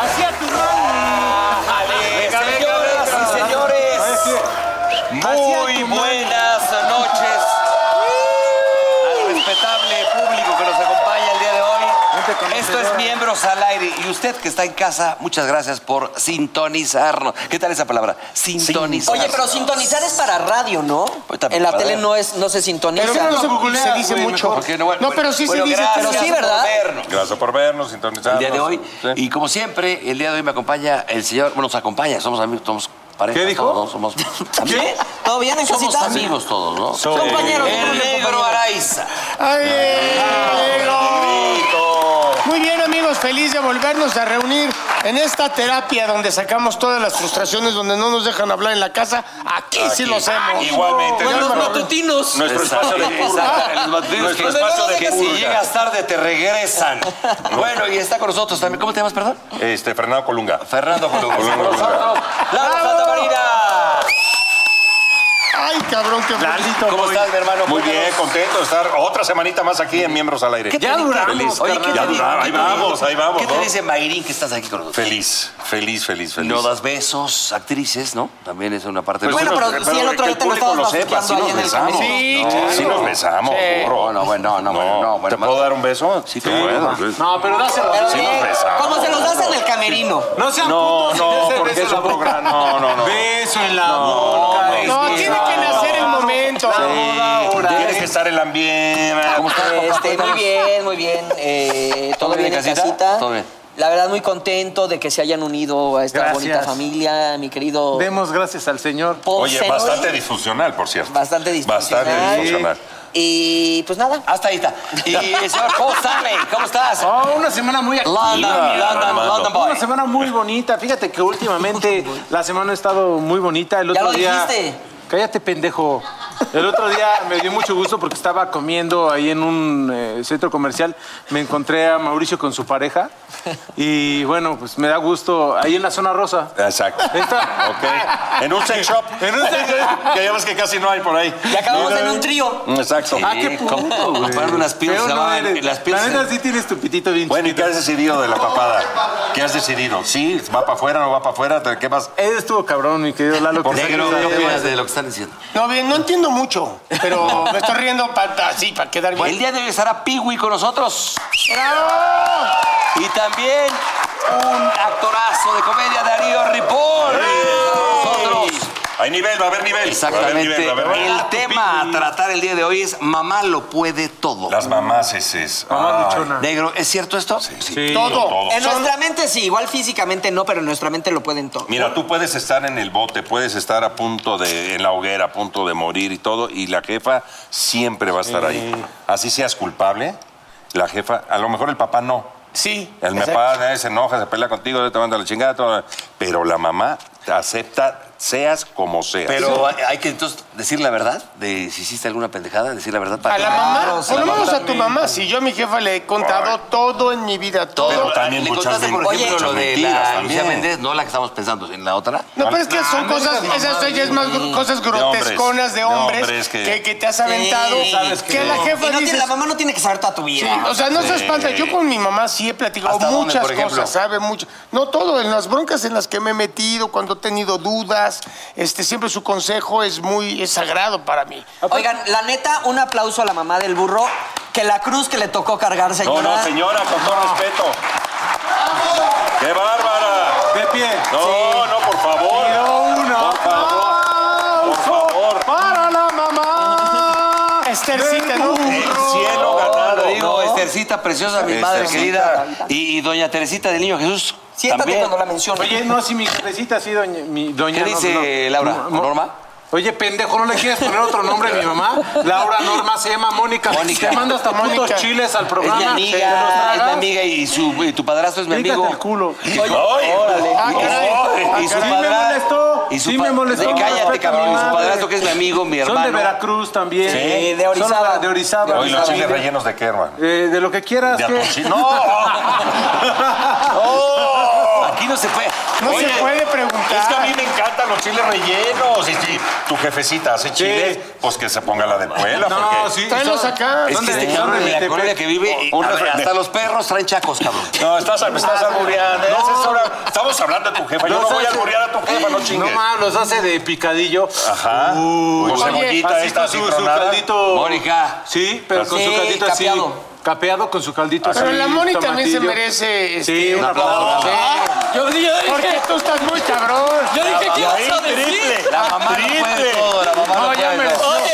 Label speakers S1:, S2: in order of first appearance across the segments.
S1: Hacia tu mano.
S2: Venga, venga,
S1: Señoras
S2: venga.
S1: y señores,
S2: Muy buenas noches al respetable público que nos acompaña el día de hoy. Esto es Miembros al Aire. Y usted que está en casa, muchas gracias por sintonizarnos. ¿Qué tal esa palabra? Sintonizar.
S3: Oye, pero sintonizar es para radio, ¿no?
S2: Ahorita
S3: En la
S2: para
S3: tele
S2: ver.
S3: no es, no se sintoniza.
S4: Pero no se googlea,
S2: se dice
S4: güey,
S2: mucho.
S4: mejor.
S2: porque no, bueno,
S4: No, pero sí se
S2: bueno,
S4: dice,
S2: gracias
S3: pero sí,
S2: por
S3: ¿verdad?
S2: vernos.
S4: Gracias por vernos,
S2: El
S4: sintonizarnos.
S2: día de hoy.
S4: Sí.
S2: Y como siempre, el día de hoy me acompaña el señor. Bueno, nos acompaña, somos amigos, somos pareja.
S4: ¿Qué dijo?
S2: todos, somos,
S3: ¿Qué? ¿Todavía
S2: somos
S3: necesitas?
S2: amigos todos, ¿no?
S4: Somos-
S3: Compañeros,
S2: El
S3: público,
S2: negro
S3: compañero.
S2: Araiza.
S4: ¡Ay, Diego!
S5: Muy bien amigos, feliz de volvernos a reunir en esta terapia donde sacamos todas las frustraciones, donde no nos dejan hablar en la casa. Aquí, sí lo
S2: Ah,
S5: hacemos.
S4: Igualmente.
S3: Bueno, los
S4: nuestro-
S3: matutinos.
S4: Nuestro espacio de
S2: Exacto,
S4: purga.
S2: el Madrid,
S4: Nuestro
S2: que-
S4: espacio de
S2: que si
S4: purga.
S2: llegas tarde te regresan. Bueno, y está con nosotros también. ¿Cómo te llamas, perdón?
S4: Este, Fernando Colunga.
S2: Fernando Colunga. Está
S4: Colunga.
S2: con nosotros. Laura Santa Marina.
S5: Ay, cabrón, qué
S2: ¿Cómo
S4: muy-
S2: estás, mi hermano?
S4: Muy bien,
S2: Cuéntanos.
S4: contento de estar otra semanita más aquí en Miembros al Aire.
S2: ¿Qué te dice-
S4: Feliz.
S2: Oye, ¿qué
S4: ya
S2: te dice-
S4: duramos, ahí
S2: qué te dice-
S4: vamos, ahí vamos,
S2: ¿Qué te
S4: ¿no?
S2: dice Mayrín que estás aquí con nosotros?
S4: Feliz, feliz, feliz, feliz. Pues
S2: No das besos, actrices, ¿no? También es una parte de
S3: Bueno,
S2: nosotros.
S3: pero si el otro
S4: que
S3: día te lo
S4: público
S3: estabas
S4: lo sepa,
S3: masajeando
S4: sí
S3: ahí
S4: nos
S3: en el
S4: besamos.
S3: camino.
S5: Sí,
S4: No,
S5: claro.
S4: sí nos besamos,
S2: No,
S4: burro.
S2: no, bueno, no, bueno, no, bueno,
S4: ¿Te
S2: más-
S4: puedo dar un beso? pues.
S2: Sí, te puedo.
S4: No, pero dáselo.
S3: Pero
S4: Sí
S3: bien,
S4: nos besamos.
S3: Como se los das en el camerino.
S1: No sean
S4: No,
S1: putos,
S4: no,
S1: dense
S4: porque
S1: beso
S4: es
S1: en
S4: un
S1: la boca.
S4: programa. No, no, no.
S1: Beso en la
S4: no,
S1: boca.
S5: No,
S1: es
S5: tiene
S1: que-
S5: que nacer el momento.
S2: eh.
S4: Tienes que estar en el ambiente.
S2: ¿Cómo estás, papá?
S3: Este, muy
S2: Cuéntanos.
S3: bien, muy bien. eh, todo
S2: ¿Todo
S3: bien
S2: bien
S3: en
S2: en casita?
S3: casita.
S2: Todo bien.
S3: La verdad, muy contento de que se hayan unido a esta
S1: Gracias.
S3: bonita familia, mi querido.
S1: Demos gracias al señor.
S3: Ponce,
S4: Oye,
S3: ¿no?
S4: bastante disfuncional, por cierto.
S3: Bastante disfuncional.
S4: Bastante disfuncional.
S3: Y pues nada.
S2: Hasta ahí está. Y el señor Paul Stanley, ¿cómo estás?
S1: Oh, una semana muy activa.
S2: London, London, London Boy.
S1: Una semana muy bonita. Fíjate que últimamente la semana ha estado muy bonita. El
S3: Ya
S1: otro
S3: lo
S1: día.
S3: dijiste.
S1: Cállate, pendejo. El otro día me dio mucho gusto porque estaba comiendo ahí en un eh, centro comercial. Me encontré a Mauricio con su pareja. Y bueno, pues me da gusto. Ahí en la zona rosa.
S4: Exacto.
S1: Está-
S4: Ok. En un sex shop. En un sex shop. Que ya ves que casi no hay por ahí.
S3: Y acabamos en un trío.
S4: Exacto.
S1: Ah, qué puto, güey.
S2: Comprarme unas pilas,
S1: Feo
S2: se
S1: no
S2: llamaban,
S1: eres.
S2: las pilas
S1: La
S2: se-
S1: neta sí tienes tu pitito bien
S4: Bueno, ¿y qué
S1: chiquito.
S4: has decidido de la papada? ¿Qué has decidido? ¿Sí? ¿Va para afuera? ¿No va para afuera? ¿Te- ¿Qué vas?
S1: Él estuvo cabrón, mi querido Lalo. que se-
S2: Negro, ¿qué opinas de lo que están diciendo?
S5: No, bien, no entiendo mucho, pero me estoy riendo para así, para quedar
S2: El
S5: bien.
S2: día de hoy estará Piwi con nosotros. Y también un actorazo de comedia, Darío Ripoll. Con nosotros.
S4: Hay nivel, va a haber nivel.
S2: Exactamente.
S4: Va a haber nivel, va a haber nivel.
S2: El tema a tratar el día de hoy es mamá lo puede todo.
S4: Las mamás es.
S1: Mamá luchona.
S2: Negro, ¿es cierto esto?
S1: Sí.
S5: Todo.
S3: En nuestra mente sí, igual físicamente no, pero en nuestra mente lo pueden todo.
S4: Mira, tú puedes estar en el bote, puedes estar a punto de, en la hoguera, a punto de morir y todo, y la jefa siempre va a estar ahí. Así seas culpable, la jefa, a lo mejor el papá no.
S5: Sí.
S4: El
S5: exacto.
S4: papá eh, se enoja, se pelea contigo, te manda la chingada, todo. pero la mamá te acepta, seas como seas.
S2: Pero hay- hay que entonces decir la verdad de si hiciste alguna pendejada, decir la verdad para
S5: A la
S2: que-
S5: mamá,
S3: se
S5: por lo
S3: la
S5: menos a tu mamá. Si yo a mi jefa le he contado todo en mi vida, todo.
S4: Pero también
S2: le
S4: muchas
S2: contaste, por
S4: ven-
S2: ejemplo,
S4: muchas
S2: lo de
S4: mentiras
S2: la
S4: también.
S2: Lucía Méndez, no la que estamos pensando, en la otra.
S5: No, pero es que son
S2: no
S5: cosas,
S2: digas
S5: esas
S2: mamá,
S5: ya es más
S2: sí.
S5: cosas
S4: De hombres,
S5: grotesconas de
S4: de
S5: hombres,
S4: hombres
S5: que...
S4: que-
S5: que te has aventado.
S3: Sí, sabes
S5: que la jefa
S3: Y no
S5: dice.
S3: tiene- la mamá no tiene que saber toda tu vida.
S5: Sí, o sea, no se espanta. Yo con mi mamá sí he platicado
S2: ¿Hasta dónde,
S5: muchas
S2: por ejemplo?
S5: cosas, sabe mucho. No todo, en las broncas en las que me he metido, cuando he tenido dudas. Este, siempre su consejo es muy es sagrado para mí.
S3: Oigan, la neta, un aplauso a la mamá del burro, que la cruz que le tocó cargar,
S4: No,
S3: señora.
S4: no, señora, con todo respeto. ¡Qué bárbara!
S1: De pie.
S4: No, no, por favor. Por favor. Por favor.
S5: ¡Para la mamá! Estercita, ¿no?
S4: El cielo ganado.
S2: Te digo, Estercita preciosa, mi madre
S4: Estercita.
S2: querida. Y, y doña Teresita del Niño Jesús.
S3: Siéntate
S2: también.
S3: cuando la menciono.
S1: Oye, no, si mi crecita sí, doña, mi doña.
S2: ¿Qué
S1: no,
S2: dice Laura?
S1: Mo-
S2: ¿Norma?
S1: Oye, pendejo, ¿no le quieres poner otro nombre a mi mamá? Laura, Norma, se llama Mónica.
S2: Mónica.
S1: Se manda hasta putos
S5: Mónica.
S1: chiles al
S2: Es
S1: programa.
S2: mi
S1: ¿Te los
S2: amiga,
S1: tragas?
S2: es mi amiga y, su, y tu padrastro es mi
S1: Quítate
S2: amigo.
S1: el culo.
S4: ¡Ay!
S5: Ah, caray.
S4: ¡Ay!
S2: Y su
S1: Sí me
S2: padra-
S1: molestó,
S2: y su
S1: sí
S2: pa-
S1: me molestó,
S2: Eh, Cállate,
S1: respeta a mi
S2: cabrón. Y su
S1: madre.
S2: padrastro, que es mi amigo, mi hermano.
S1: Son de Veracruz también.
S3: Sí, de
S1: Son
S3: Orizaba.
S1: de Orizaba.
S4: Hoy los chiles rellenos de qué, hermano?
S1: Eh, de lo que quieras.
S4: De
S1: ¿qué?
S4: atochil. ¡No!
S2: Aquí no se puede.
S5: No
S2: Oye,
S5: se puede preguntar.
S4: ¡Oh! Es que a mí me encantan los chiles rellenos. Y si tu jefecita hace chiles, pues que se ponga la de Puebla.
S1: No,
S4: porque...
S1: sí.
S5: Tráelos
S1: son-
S5: acá.
S2: Es
S1: son
S2: que
S1: de
S2: este
S1: Tecate,
S2: cabrón en la
S1: Metepec.
S2: colonia que vive,
S4: Un
S2: a ver,
S4: refresco.
S2: hasta los perros traen chacos, cabrón.
S4: No, estás, me estás albureando. Esa es una- Estamos hablando de tu jefa. Yo Ah, no
S1: Los
S4: voy a
S1: hace-
S4: alburear a tu jefa, no chingues. Ah.
S1: No mames, los hace de picadillo.
S4: Ajá.
S1: Uy,
S4: Con
S1: oye,
S4: cebollita
S1: así
S4: esta
S1: con su, su
S4: citronada.
S1: caldito.
S2: Mónica.
S1: Sí, pero con
S3: Sí,
S1: su caldito así.
S3: capeado.
S1: Capeado con su caldito así.
S5: Pero la Moni también se
S1: tomatillo.
S5: merece. este,
S1: Sí, un aplauso. Sí.
S6: Yo dije, yo
S5: Porque
S6: dije,
S5: tú estás muy cabrón.
S6: yo dije, ¿qué
S2: Y
S6: vas
S2: ahí,
S6: a decir?
S2: La mamá no puede todo, la mamá no,
S5: No, ya
S2: puede
S5: me-
S2: todo.
S6: Oye,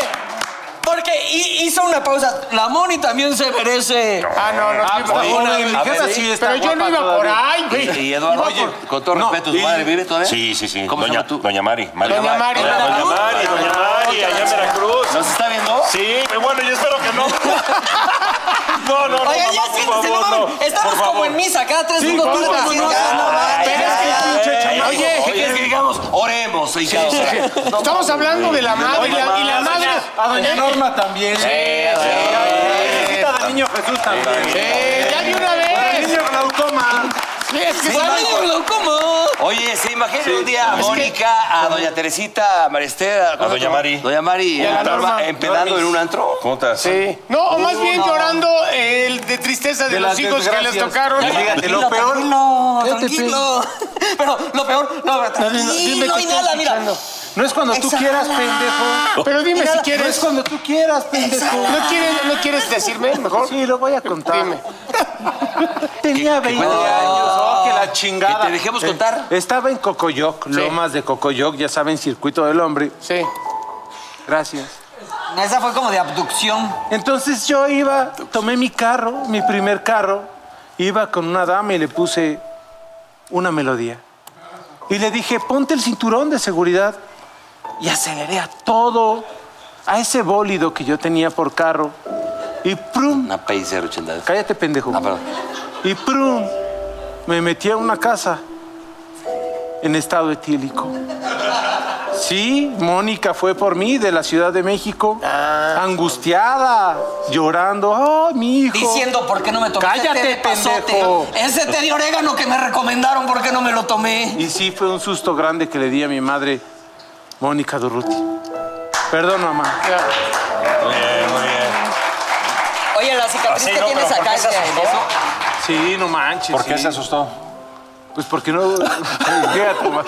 S6: porque hi- hizo una pausa. La Moni también se merece.
S5: Ah, no, no. sí,
S1: Oye,
S5: bueno.
S1: mi
S2: a ver, ¿eh?
S1: jefa
S2: sí.
S1: sí está
S5: Pero yo no
S1: guapa
S5: iba por
S1: todavía.
S5: ahí,
S2: Y,
S5: güey.
S2: y Eduardo,
S1: Oye,
S2: con todo
S1: no,
S2: respeto, ¿su
S1: y-
S2: madre vive todavía?
S4: Sí, sí, sí.
S2: ¿Cómo se
S4: Doña,
S2: llama tú?
S4: Doña Mari. Mari.
S5: Doña Mari.
S4: ¿eh? Doña Doña Mari, Doña Mari, allá en Veracruz.
S2: ¿Nos está viendo?
S4: Sí, bueno, yo espero que no. No, no, no,
S3: Oigan,
S4: mamá,
S3: ya
S4: por
S3: siéntense, no
S4: favor, no.
S3: mames. Estamos
S4: Por
S3: como
S4: favor.
S3: en misa, cada tres minutos
S4: vamos,
S3: estás
S4: vamos,
S3: haciendo- Ya, no,
S4: vamos.
S3: mames.
S4: Pero es que-
S2: Oye,
S5: Oye,
S2: ¿qué quieres que digamos? Oremos, hija. o sea.
S5: Estamos hablando de la
S1: Ah,
S5: madre y la, y la madre.
S1: A doña Norma también. Sí, Necesita de niño Jesús también.
S5: Eh, ya de una
S1: Para el
S5: vez.
S1: niño glaucoma.
S5: Sí, es que
S6: Ay,
S5: sí,
S6: Diablo, ¿Cómo?
S2: Oye, se imagina un día a
S5: Es que-
S2: Mónica, a doña Teresita, a Maristela,
S4: A doña Mari.
S2: Doña Mari,
S5: Y a la
S2: en-
S5: Norma.
S2: empedando en un antro.
S4: Juntas.
S5: Sí. No, o más bien llorando eh, de tristeza de,
S1: De
S5: los
S1: las
S5: hijos que les
S1: desgracias.
S5: tocaron.
S1: Ya, fíjate, lo
S3: Tranquilo,
S1: peor.
S3: Tranquilo,
S1: Fíjate,
S3: tranquilo. Pero lo peor, no, pero
S5: dime
S3: tranquilo, no
S5: que estoy
S3: hay nada, mira.
S5: escuchando.
S1: No es cuando tú
S3: Exhala.
S1: quieras, pendejo.
S5: Pero dime si
S1: No
S5: quieres.
S1: es cuando tú quieras, pendejo.
S5: ¿No quieres, ¿No quieres decirme mejor?
S1: Sí, lo voy a contar.
S5: Dime.
S1: Tenía 20 años. Oh, que la chingada.
S2: Que te dejemos contar.
S1: Eh, estaba en Cocoyoc, Lomas de Cocoyoc, ya saben, Circuito del Hombre.
S5: Sí.
S1: Gracias.
S3: Esa fue como de abducción.
S1: Entonces yo iba, tomé mi carro, mi primer carro, iba con una dama y le puse una melodía. Y le dije, ponte el cinturón de seguridad. Y aceleré a todo, a ese bólido que yo tenía por carro. Y prum,
S2: Una Pacer 80.
S1: cállate pendejo.
S2: Ah, perdón.
S1: Y prum, me metí a una casa en estado etílico. Sí, Mónica fue por mí de la Ciudad de México, angustiada, llorando. ¡Ay, mi hijo!
S3: Diciendo por qué no me tomé
S1: Cállate,
S3: ese té de pasote?
S1: pendejo.
S3: Ese té de orégano que me recomendaron, ¿por qué no me lo tomé?
S1: Y sí, fue un susto grande que le di a mi madre, Mónica Durruti. Perdón, mamá.
S4: Muy bien, muy bien.
S3: Oye, la cicatriz
S4: Así
S3: que
S4: Ah, no,
S3: tienes
S4: pero ¿por
S3: acá
S4: qué
S3: es
S4: se
S3: de
S4: asustó?
S3: eso.
S1: Sí, no manches.
S4: ¿Por qué
S1: sí.
S4: se asustó?
S1: Pues porque no. Fíjate, mamá.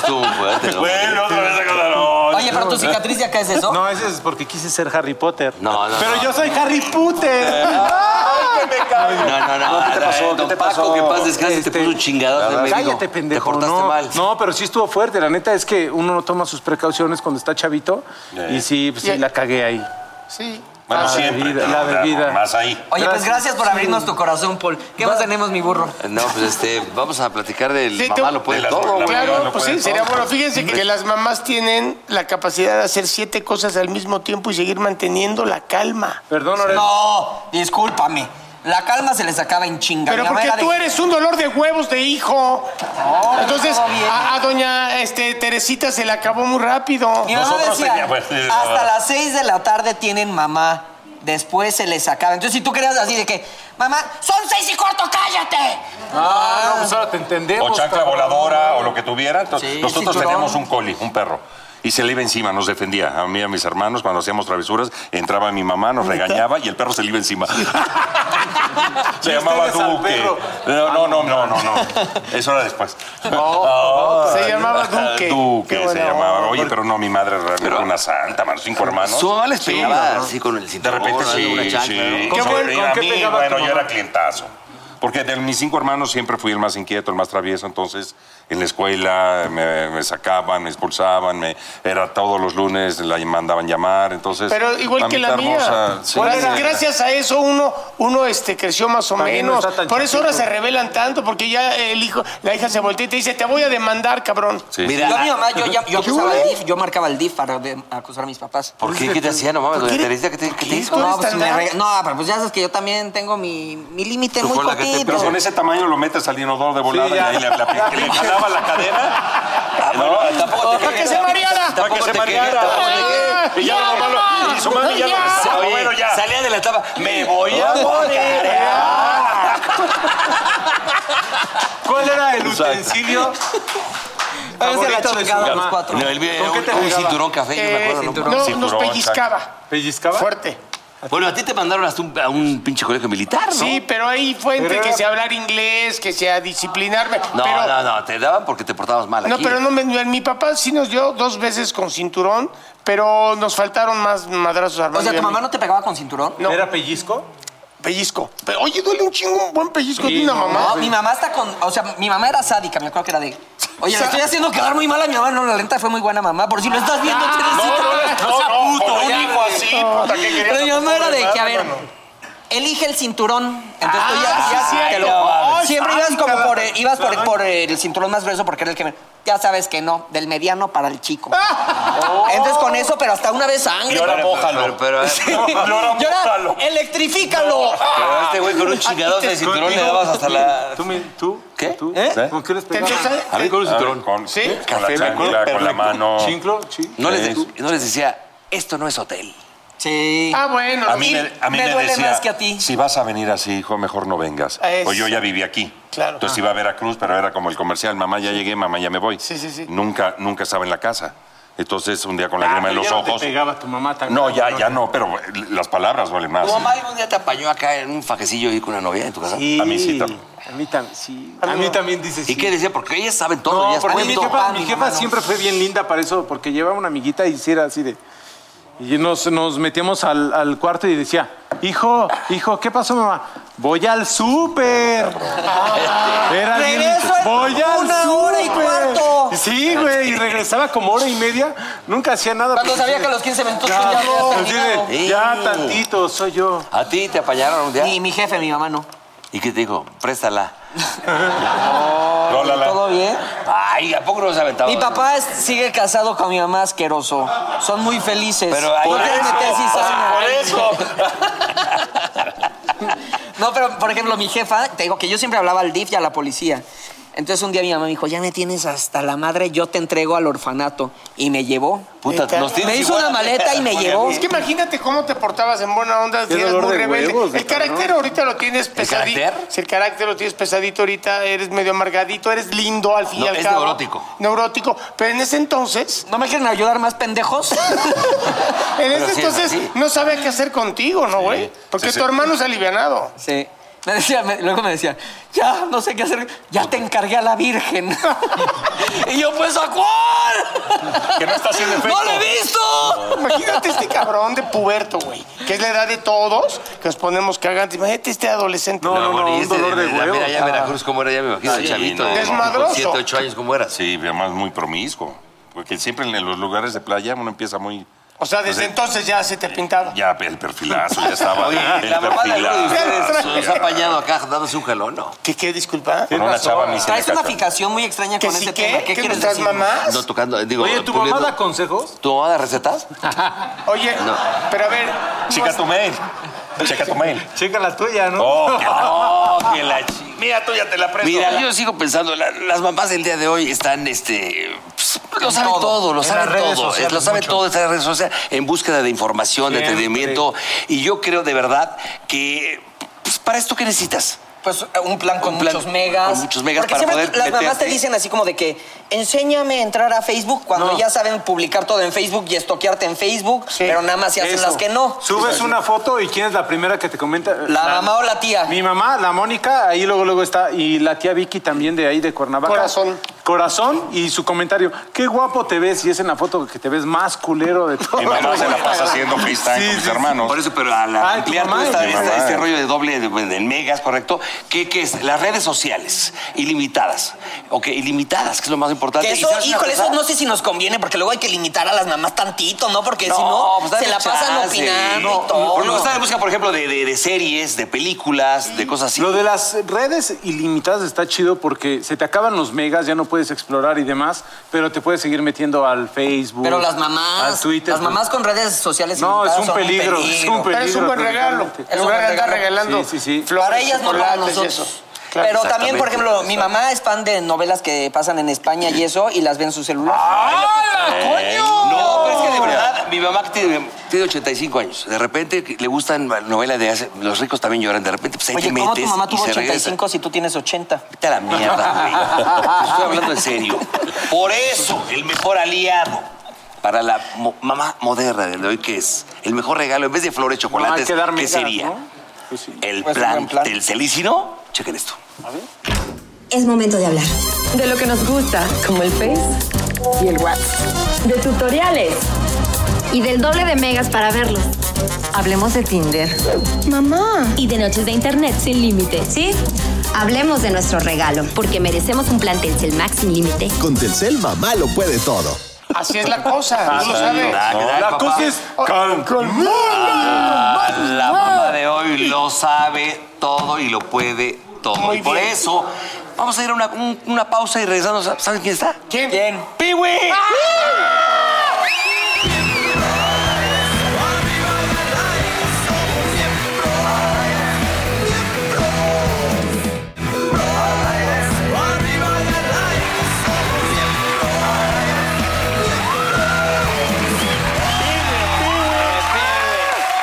S2: Estuvo fuerte, ¿no?
S4: Bueno, otra vez acordaron.
S3: Oye, pero tu cicatriz de acá es eso.
S1: No, ese es porque quise ser Harry Potter.
S2: No, no,
S1: Pero
S2: no.
S1: yo soy Harry Potter.
S2: No, no, no.
S4: No, ¿qué te pasó?
S2: eh,
S4: ¿Qué
S2: don
S4: te
S2: Paco,
S4: pasó?
S2: que en paz descanse, te
S1: Este,
S2: puso un chingadazo en medio.
S1: Cállate, pendejo.
S2: Te cortaste
S1: no,
S2: mal.
S1: No, pero sí estuvo fuerte. La neta es que uno no toma sus precauciones cuando está chavito.
S2: Eh.
S1: Y sí, pues, sí,
S5: Ya.
S1: la cagué ahí.
S5: Sí.
S4: Bueno,
S1: la
S4: siempre.
S1: bebida,
S4: te
S1: la
S4: lo traigo,
S1: bebida.
S4: Más ahí.
S3: Oye, pues
S1: gracias.
S3: gracias por abrirnos tu corazón, Paul. ¿Qué más tenemos, mi burro?
S2: No, pues este, vamos a platicar del
S5: Sí,
S2: mamá
S5: tú-
S2: lo puede
S4: de las-
S2: todo,
S4: la-
S2: güey.
S4: mamá
S5: Claro,
S4: no
S5: pues
S4: puede
S5: sí, sería
S4: todo.
S5: bueno. Fíjense que las mamás tienen la capacidad de hacer siete cosas al mismo tiempo y seguir manteniendo la calma.
S1: Perdón, Orel.
S3: No, discúlpame. La calma se les acaba en chinga.
S5: Pero
S3: Mi
S5: porque
S3: abuela
S5: tú
S3: de-
S5: eres un dolor de huevos de hijo. Entonces, ah,
S3: todo bien.
S5: a, a doña este, Teresita se le acabó muy rápido.
S3: Mi mamá
S4: Nosotros
S3: decía,
S4: teníamos- pues,
S3: hasta las 6 de la tarde tienen mamá. Después se les acaba. Entonces, si tú querías así de que, mamá, son seis y cuarto, cállate.
S1: Ah, no, pues ahora te entendemos.
S4: O chancla
S1: cabrón.
S4: voladora o lo que tuviera. Entonces,
S3: Sí,
S4: nosotros
S3: cinturón.
S4: teníamos un coli, un perro. y se le iba encima, nos defendía. A mí y a mis hermanos, cuando hacíamos travesuras, entraba mi mamá, nos regañaba y el perro se le iba encima. se llamaba
S1: Chistes al
S4: Duque.
S1: perro.
S4: No, no, no, no, no, no. Eso era después.
S5: Se llamaba Duque. Qué
S4: Duque se
S5: buena
S4: llamaba.
S5: onda.
S4: Oye, pero no, mi madre realmente era una santa, mano, cinco hermanos.
S2: Solo les
S4: Sí,
S2: pegaba
S4: ¿no?
S2: así con el
S4: De
S2: cinturón,
S7: Oh,
S4: repente
S2: algo,
S4: sí,
S2: una chancla,
S4: sí.
S2: ¿no?
S1: ¿Con
S4: Sobre-
S1: qué- con
S4: a
S1: qué
S4: mí,
S1: pegaba
S4: bueno,
S1: tu
S4: yo
S1: mamá?
S4: era clientazo. Porque de mis cinco hermanos siempre fui el más inquieto, el más travieso. Entonces, en la escuela me, me sacaban, me expulsaban. Me, era todos los lunes, la mandaban llamar. Entonces,
S5: Pero igual que la
S4: mamita
S5: mía.
S4: hermosa, sí.
S5: Gracias, gracias a eso uno, uno este, creció más o
S1: También no
S5: menos.
S1: está tan
S5: Por eso ahora se
S1: chiquito.
S5: rebelan tanto, porque ya el hijo, la hija se voltea y te dice, te voy a demandar, cabrón.
S4: Sí.
S2: Mira,
S3: Yo a mi mamá, yo, ya- yo
S2: ¿Qué
S3: acusaba
S2: hubo?
S3: al DIF, yo marcaba el DIF para de- acusar a mis papás.
S2: ¿Por qué? ¿Qué te hacía? No mames, doña Teresita, ¿qué te, qué te hizo?
S5: ¿Tú eres
S3: No, pues
S5: tan
S3: me
S5: grande?
S3: rega- no, pero pues ya sabes que yo también tengo mi, mi límite
S2: Tú
S3: muy
S2: fue la que te
S3: cortito.
S4: Pero con ese tamaño lo metes al inodoro de volada
S1: Sí,
S4: y
S1: ya.
S4: ahí le, le- le jalaba la cadena.
S7: Bueno, tampoco te
S5: ¡Para que se mareara!
S4: Para que
S7: Tampoco
S4: se
S7: te
S4: mareara.
S7: quería, tampoco
S4: Y Ah, ya lo mamá lo- Y su mami ya lo.
S7: Oye,
S4: Ah, Bueno, ya.
S7: Salía de la etapa. Me voy a morir.
S1: ¿Cuál era el
S4: Exacto.
S1: utensilio?
S3: Pero se la
S1: favorito de su
S3: chingada a los
S1: mamá?
S3: cuatro.
S2: No, él vio
S1: ¿Con qué te
S2: un
S1: pegaba?
S2: cinturón café, yo me
S5: Eh,
S2: acuerdo. no
S5: no,
S4: cinturón,
S5: nos pellizcaba.
S1: ¿Pellizcaba?
S5: Fuerte.
S2: Bueno, a ti te mandaron hasta un- a un pinche colegio militar, ¿no?
S5: Sí, pero ahí fue entre
S1: Pero
S5: que
S1: era-
S5: se hablar inglés, que sea disciplinarme.
S2: No,
S5: pero,
S2: no, no, te daban porque te portabas mal
S5: No,
S2: aquí.
S5: pero no, me- mi papá sí nos dio dos veces con cinturón, pero nos faltaron más madrazos armados.
S3: O sea, ¿tu mamá no te pegaba con cinturón?
S5: No.
S1: ¿Era pellizco?
S5: Pellizco. Pero, oye, duele un chingo un buen pellizco
S1: Sí,
S5: de una
S1: no,
S5: mamá.
S3: No, mi mamá está con. O sea, mi mamá era sádica, me acuerdo que era de. Oye, le estoy haciendo quedar muy mal a mi mamá. No, la lenta fue muy buena mamá. Por si lo estás viendo, Teresita.
S4: No, no, puto, un hijo así, puta, ¿qué querías?
S3: Pero mi mamá era de que, a ver, elige el cinturón. Entonces
S1: Ah,
S3: tú ya hacías que lo- Siempre ibas como por el, ibas por, por eh, el cinturón más grueso porque era el que. Ya sabes que no, del mediano para el chico. Entonces con eso, pero hasta una vez sangre.
S4: Yo era
S2: Pero, pero,
S4: Llora,
S3: Yo era,
S4: mójalo.
S3: electrifícalo.
S2: pero a este güey con un chingadote de cinturón le dabas hasta la...
S1: ¿Tú? me- tú
S2: Ah, ¿Qué?
S1: ¿Tú?
S4: ¿Eh?
S1: ¿Con qué les
S5: Te-
S1: pegaba?
S5: entonces,
S2: A ver, con un cinturón.
S4: Con,
S5: Sí.
S4: con la chancla, con la mano.
S1: ¿Chinclo? Sí.
S2: No les, no les decía, esto no es hotel.
S3: Sí.
S5: Ah, bueno.
S4: A
S5: no,
S4: mí me, a mí
S3: me duele
S4: decía,
S3: más que a ti.
S4: Si vas a venir así, hijo, mejor no vengas.
S5: Eso.
S4: O yo ya viví aquí.
S5: Claro.
S4: Entonces iba a Veracruz, pero era como el comercial. Mamá, ya llegué, mamá, ya me voy.
S5: Sí, sí, sí.
S4: Nunca, nunca estaba en la casa. Entonces, un día con la
S1: Ah,
S4: grima en
S1: pero
S4: los
S1: ya no te
S4: ojos.
S1: pegaba tu mamá también.
S4: No, ya, ya no, pero eh, las palabras valen más.
S2: ¿Tu mamá algún día te apañó acá en un fajecillo y con una novia en tu casa?
S1: Sí.
S4: A mí sí también.
S1: A mí también, sí. A mí también dices
S2: ¿Y qué decía? Porque ellas saben todo.
S1: No,
S2: ellas
S1: porque
S2: saben
S1: mi
S2: todo.
S1: jefa,
S3: pan,
S1: mi
S3: mi
S1: jefa
S3: mamá no.
S1: siempre fue bien linda para eso, porque llevaba una amiguita y hiciera así de... Y nos, nos metíamos al, al cuarto y decía, hijo, hijo, ¿qué pasó, mamá? Voy al súper. Era bien-
S3: Regreso en
S1: Voy al
S3: una hora y
S1: súper".
S3: cuarto.
S1: Sí, güey, y regresaba como hora y media. Nunca hacía nada.
S3: Cuando
S1: porque
S3: sabía
S1: sí,
S3: que a los 15 minutos tú
S1: ya,
S3: ya habías
S1: así de,
S3: terminado.
S1: ya
S2: Sí.
S1: tantito, soy yo.
S2: ¿A ti te apañaron un día?
S3: Y mi jefe, mi mamá no.
S2: ¿Y qué te dijo? Préstala.
S4: Rólala.
S3: ¿Todo bien?
S2: Ay, ¿a poco no se aventaba?
S3: Mi papá es- sigue casado con mi mamá asqueroso. Son muy felices.
S2: Pero ahí-
S3: no quieren meter cizaña.
S2: Por eso.
S3: No, pero por ejemplo, mi jefa, te digo que yo siempre hablaba al DIF y a la policía. Entonces un día mi mamá me dijo, ya me tienes hasta la madre, yo te entrego al orfanato. Y me llevó.
S2: Puta, nos tienes
S3: Me hizo
S2: igual.
S3: una maleta y me llevó.
S5: Es que imagínate cómo te portabas en buena onda, si
S1: Qué
S5: eras
S1: dolor
S5: muy
S1: de
S5: rebelde.
S1: huevos,
S5: el
S1: cabrón.
S5: carácter ahorita lo tienes pesadito.
S2: carácter?
S5: Si el carácter lo tienes pesadito ahorita, eres medio amargadito, eres lindo al fin
S2: No,
S5: y al
S2: es
S5: cabo.
S2: neurótico.
S5: Neurótico. Pero en ese entonces,
S3: ¿No me quieren ayudar más pendejos?
S5: en ese
S2: sí,
S5: entonces
S2: sí.
S5: no sabía qué hacer contigo, ¿no, güey? Porque
S4: Sí, sí.
S5: tu hermano es alivianado.
S3: sí. Me decía, me- luego me decía, ya no sé qué hacer, ya te encargué a la Virgen. y yo, pues, ¿a cuál?
S4: Que no está haciendo efecto.
S3: ¡No lo he visto!
S5: Imagínate este cabrón de puberto, güey, que es la edad de todos, que nos ponemos cagantes. Imagínate este adolescente.
S1: No, no, no,
S2: bueno, y
S1: un
S2: este
S1: dolor de
S2: la- Mira, ya en
S1: huevos.
S2: Veracruz cómo era, ya me imagino,
S4: Sí,
S2: chavito.
S4: no,
S2: de-
S5: desmadroso.
S2: Con 7, 8 años, ¿cómo eras?
S4: Sí, además muy promiscuo. Porque siempre en los lugares de playa uno empieza muy.
S5: O sea, desde entonces ya se te pintaba.
S4: Ya, el perfilazo, ya estaba.
S2: Oye,
S4: el
S2: la mamá de alguno de
S4: perfilazo.
S2: ustedes
S5: Ya.
S2: nos ha apañado acá dándose un jalón, ¿no?
S5: ¿Qué, qué, disculpa?
S4: Con una chava ni se
S3: Traes
S4: le
S3: una
S4: cachó.
S3: fijación muy extraña
S5: ¿Que
S3: con
S5: sí
S3: ese
S5: qué?
S3: tema. ¿Qué
S5: ¿Que
S3: quieres
S5: nuestras
S3: decirnos?
S5: mamás?
S2: No tocando, eh, digo,
S1: Ah, Oye, ¿tu
S2: puliendo-
S1: mamá da consejos?
S2: ¿Tu mamá da recetas?
S5: Oye, pero a ver.
S4: Checa tu mail. Checa tu mail.
S1: Checa la tuya, ¿no?
S4: Oh, qué-
S2: ¡Oh, que la chi-
S4: Mira, tú ya te la presto.
S2: Mira, yo sigo pensando, la- las mamás del día de hoy están, este, pues, lo
S3: En
S2: saben todo,
S3: todo.
S2: lo
S1: En
S2: saben
S1: las redes
S2: todo,
S1: sociales
S2: lo saben
S1: mucho.
S2: todo, están en redes sociales en búsqueda de información, de
S1: Siempre.
S2: entretenimiento, y yo creo de verdad que pues, para esto qué necesitas.
S3: pues un plan con
S8: Un plan
S3: muchos megas.
S8: con muchos megas
S3: Porque
S8: para
S3: siempre
S8: poder
S3: las mamás
S8: meterte.
S3: te dicen así como de que enséñame a entrar a Facebook cuando
S1: No.
S3: ya saben publicar todo en Facebook y estoquearte en Facebook, pero nada más se hacen
S1: Eso.
S3: las que no.
S1: Subes una foto y quién es la primera que te comenta.
S3: La mamá o la tía.
S1: Mi mamá, la Mónica, ahí luego luego está y la tía Vicky también de ahí de Cuernavaca.
S5: Corazón.
S1: Corazón y su comentario, qué guapo te ves y es en la foto que te ves más culero de todo.
S4: Mi mamá se la pasa haciendo freestyle
S1: Sí,
S4: con mis
S1: sí, sí.
S4: hermanos.
S8: Por eso, pero al
S1: Ah,
S8: ampliar
S1: tu mamá,
S8: todo esta-
S1: tu
S8: esta-
S4: mamá.
S8: este rollo de doble de, de megas, ¿correcto? ¿Qué, qué es? Las redes sociales, ilimitadas. Ok, ilimitadas, que es lo más importante.
S3: Que
S8: Y
S3: eso,
S8: sabes una
S3: híjole,
S8: cosa,
S3: eso no sé si nos conviene, porque luego hay que limitar a las mamás tantito, ¿no? Porque si no,
S8: pues dale
S3: se la pasan
S8: chance.
S3: opinando
S8: No,
S3: y todo.
S8: Luego están en busca, por ejemplo, de, de- de series, de películas, de cosas así.
S1: Lo de las redes ilimitadas está chido porque se te acaban los megas, ya no puedes explorar y demás, pero te puedes seguir metiendo al Facebook.
S3: Pero las mamás,
S8: Ah,
S1: al Twitter.
S3: las
S8: pues.
S3: mamás con redes sociales
S1: No, es
S3: ilimitadas
S1: un
S3: son
S1: peligro, es un peligro.
S5: Pero es un buen regalo.
S1: totalmente.
S5: En lugar de andar
S3: regalo.
S5: regalando
S1: Sí, sí, sí.
S5: flores,
S3: Para ellas no, para
S5: chocolates y
S3: nosotros.
S5: eso.
S3: Pero también, por
S8: exactamente.
S3: ejemplo, mi mamá es fan de novelas que pasan en España y eso, y las ve en su celular.
S8: No, pero es que de verdad, mi mamá que tiene, tiene 85 años, de repente que le gustan novelas de hace, Los ricos también lloran, de repente pues ahí
S3: Oye,
S8: te
S3: ¿cómo tu
S8: metes
S3: mamá
S8: y
S3: tuvo
S8: se regresa.
S3: 85 si tú tienes 80?
S8: Vete a la mierda, güey. Te Estoy hablando en serio. Por eso, el mejor aliado para la mo- mamá moderna de hoy, que es el mejor regalo, en vez de flores,
S1: No, hay
S8: chocolates,
S1: que dar
S8: ¿qué
S1: megas,
S8: sería?
S1: ¿no? Pues sí.
S8: El
S3: Pues un
S8: plan,
S3: buen plan.
S8: del celícino. Chequen esto.
S9: Es momento de hablar.
S10: De lo que nos gusta, como el Face y el WhatsApp. De tutoriales.
S9: Y del doble de megas para verlos.
S10: Hablemos de Tinder.
S9: Y de noches de internet sin límite, ¿sí? Hablemos de nuestro regalo, porque merecemos un plan Telcel Max sin límite.
S11: Con Telcel mamá lo puede todo.
S5: Así es la cosa, tú lo sabes.
S8: Ah, ¿qué tal,
S1: La
S8: papá?
S1: cosa es
S8: Ah, la mamá de hoy lo sabe todo y lo puede todo.
S5: Muy
S8: y por
S5: bien.
S8: eso, vamos a ir a una, un- una pausa y regresamos. ¿Saben quién está?
S5: ¿Quién?
S8: ¡Piwi!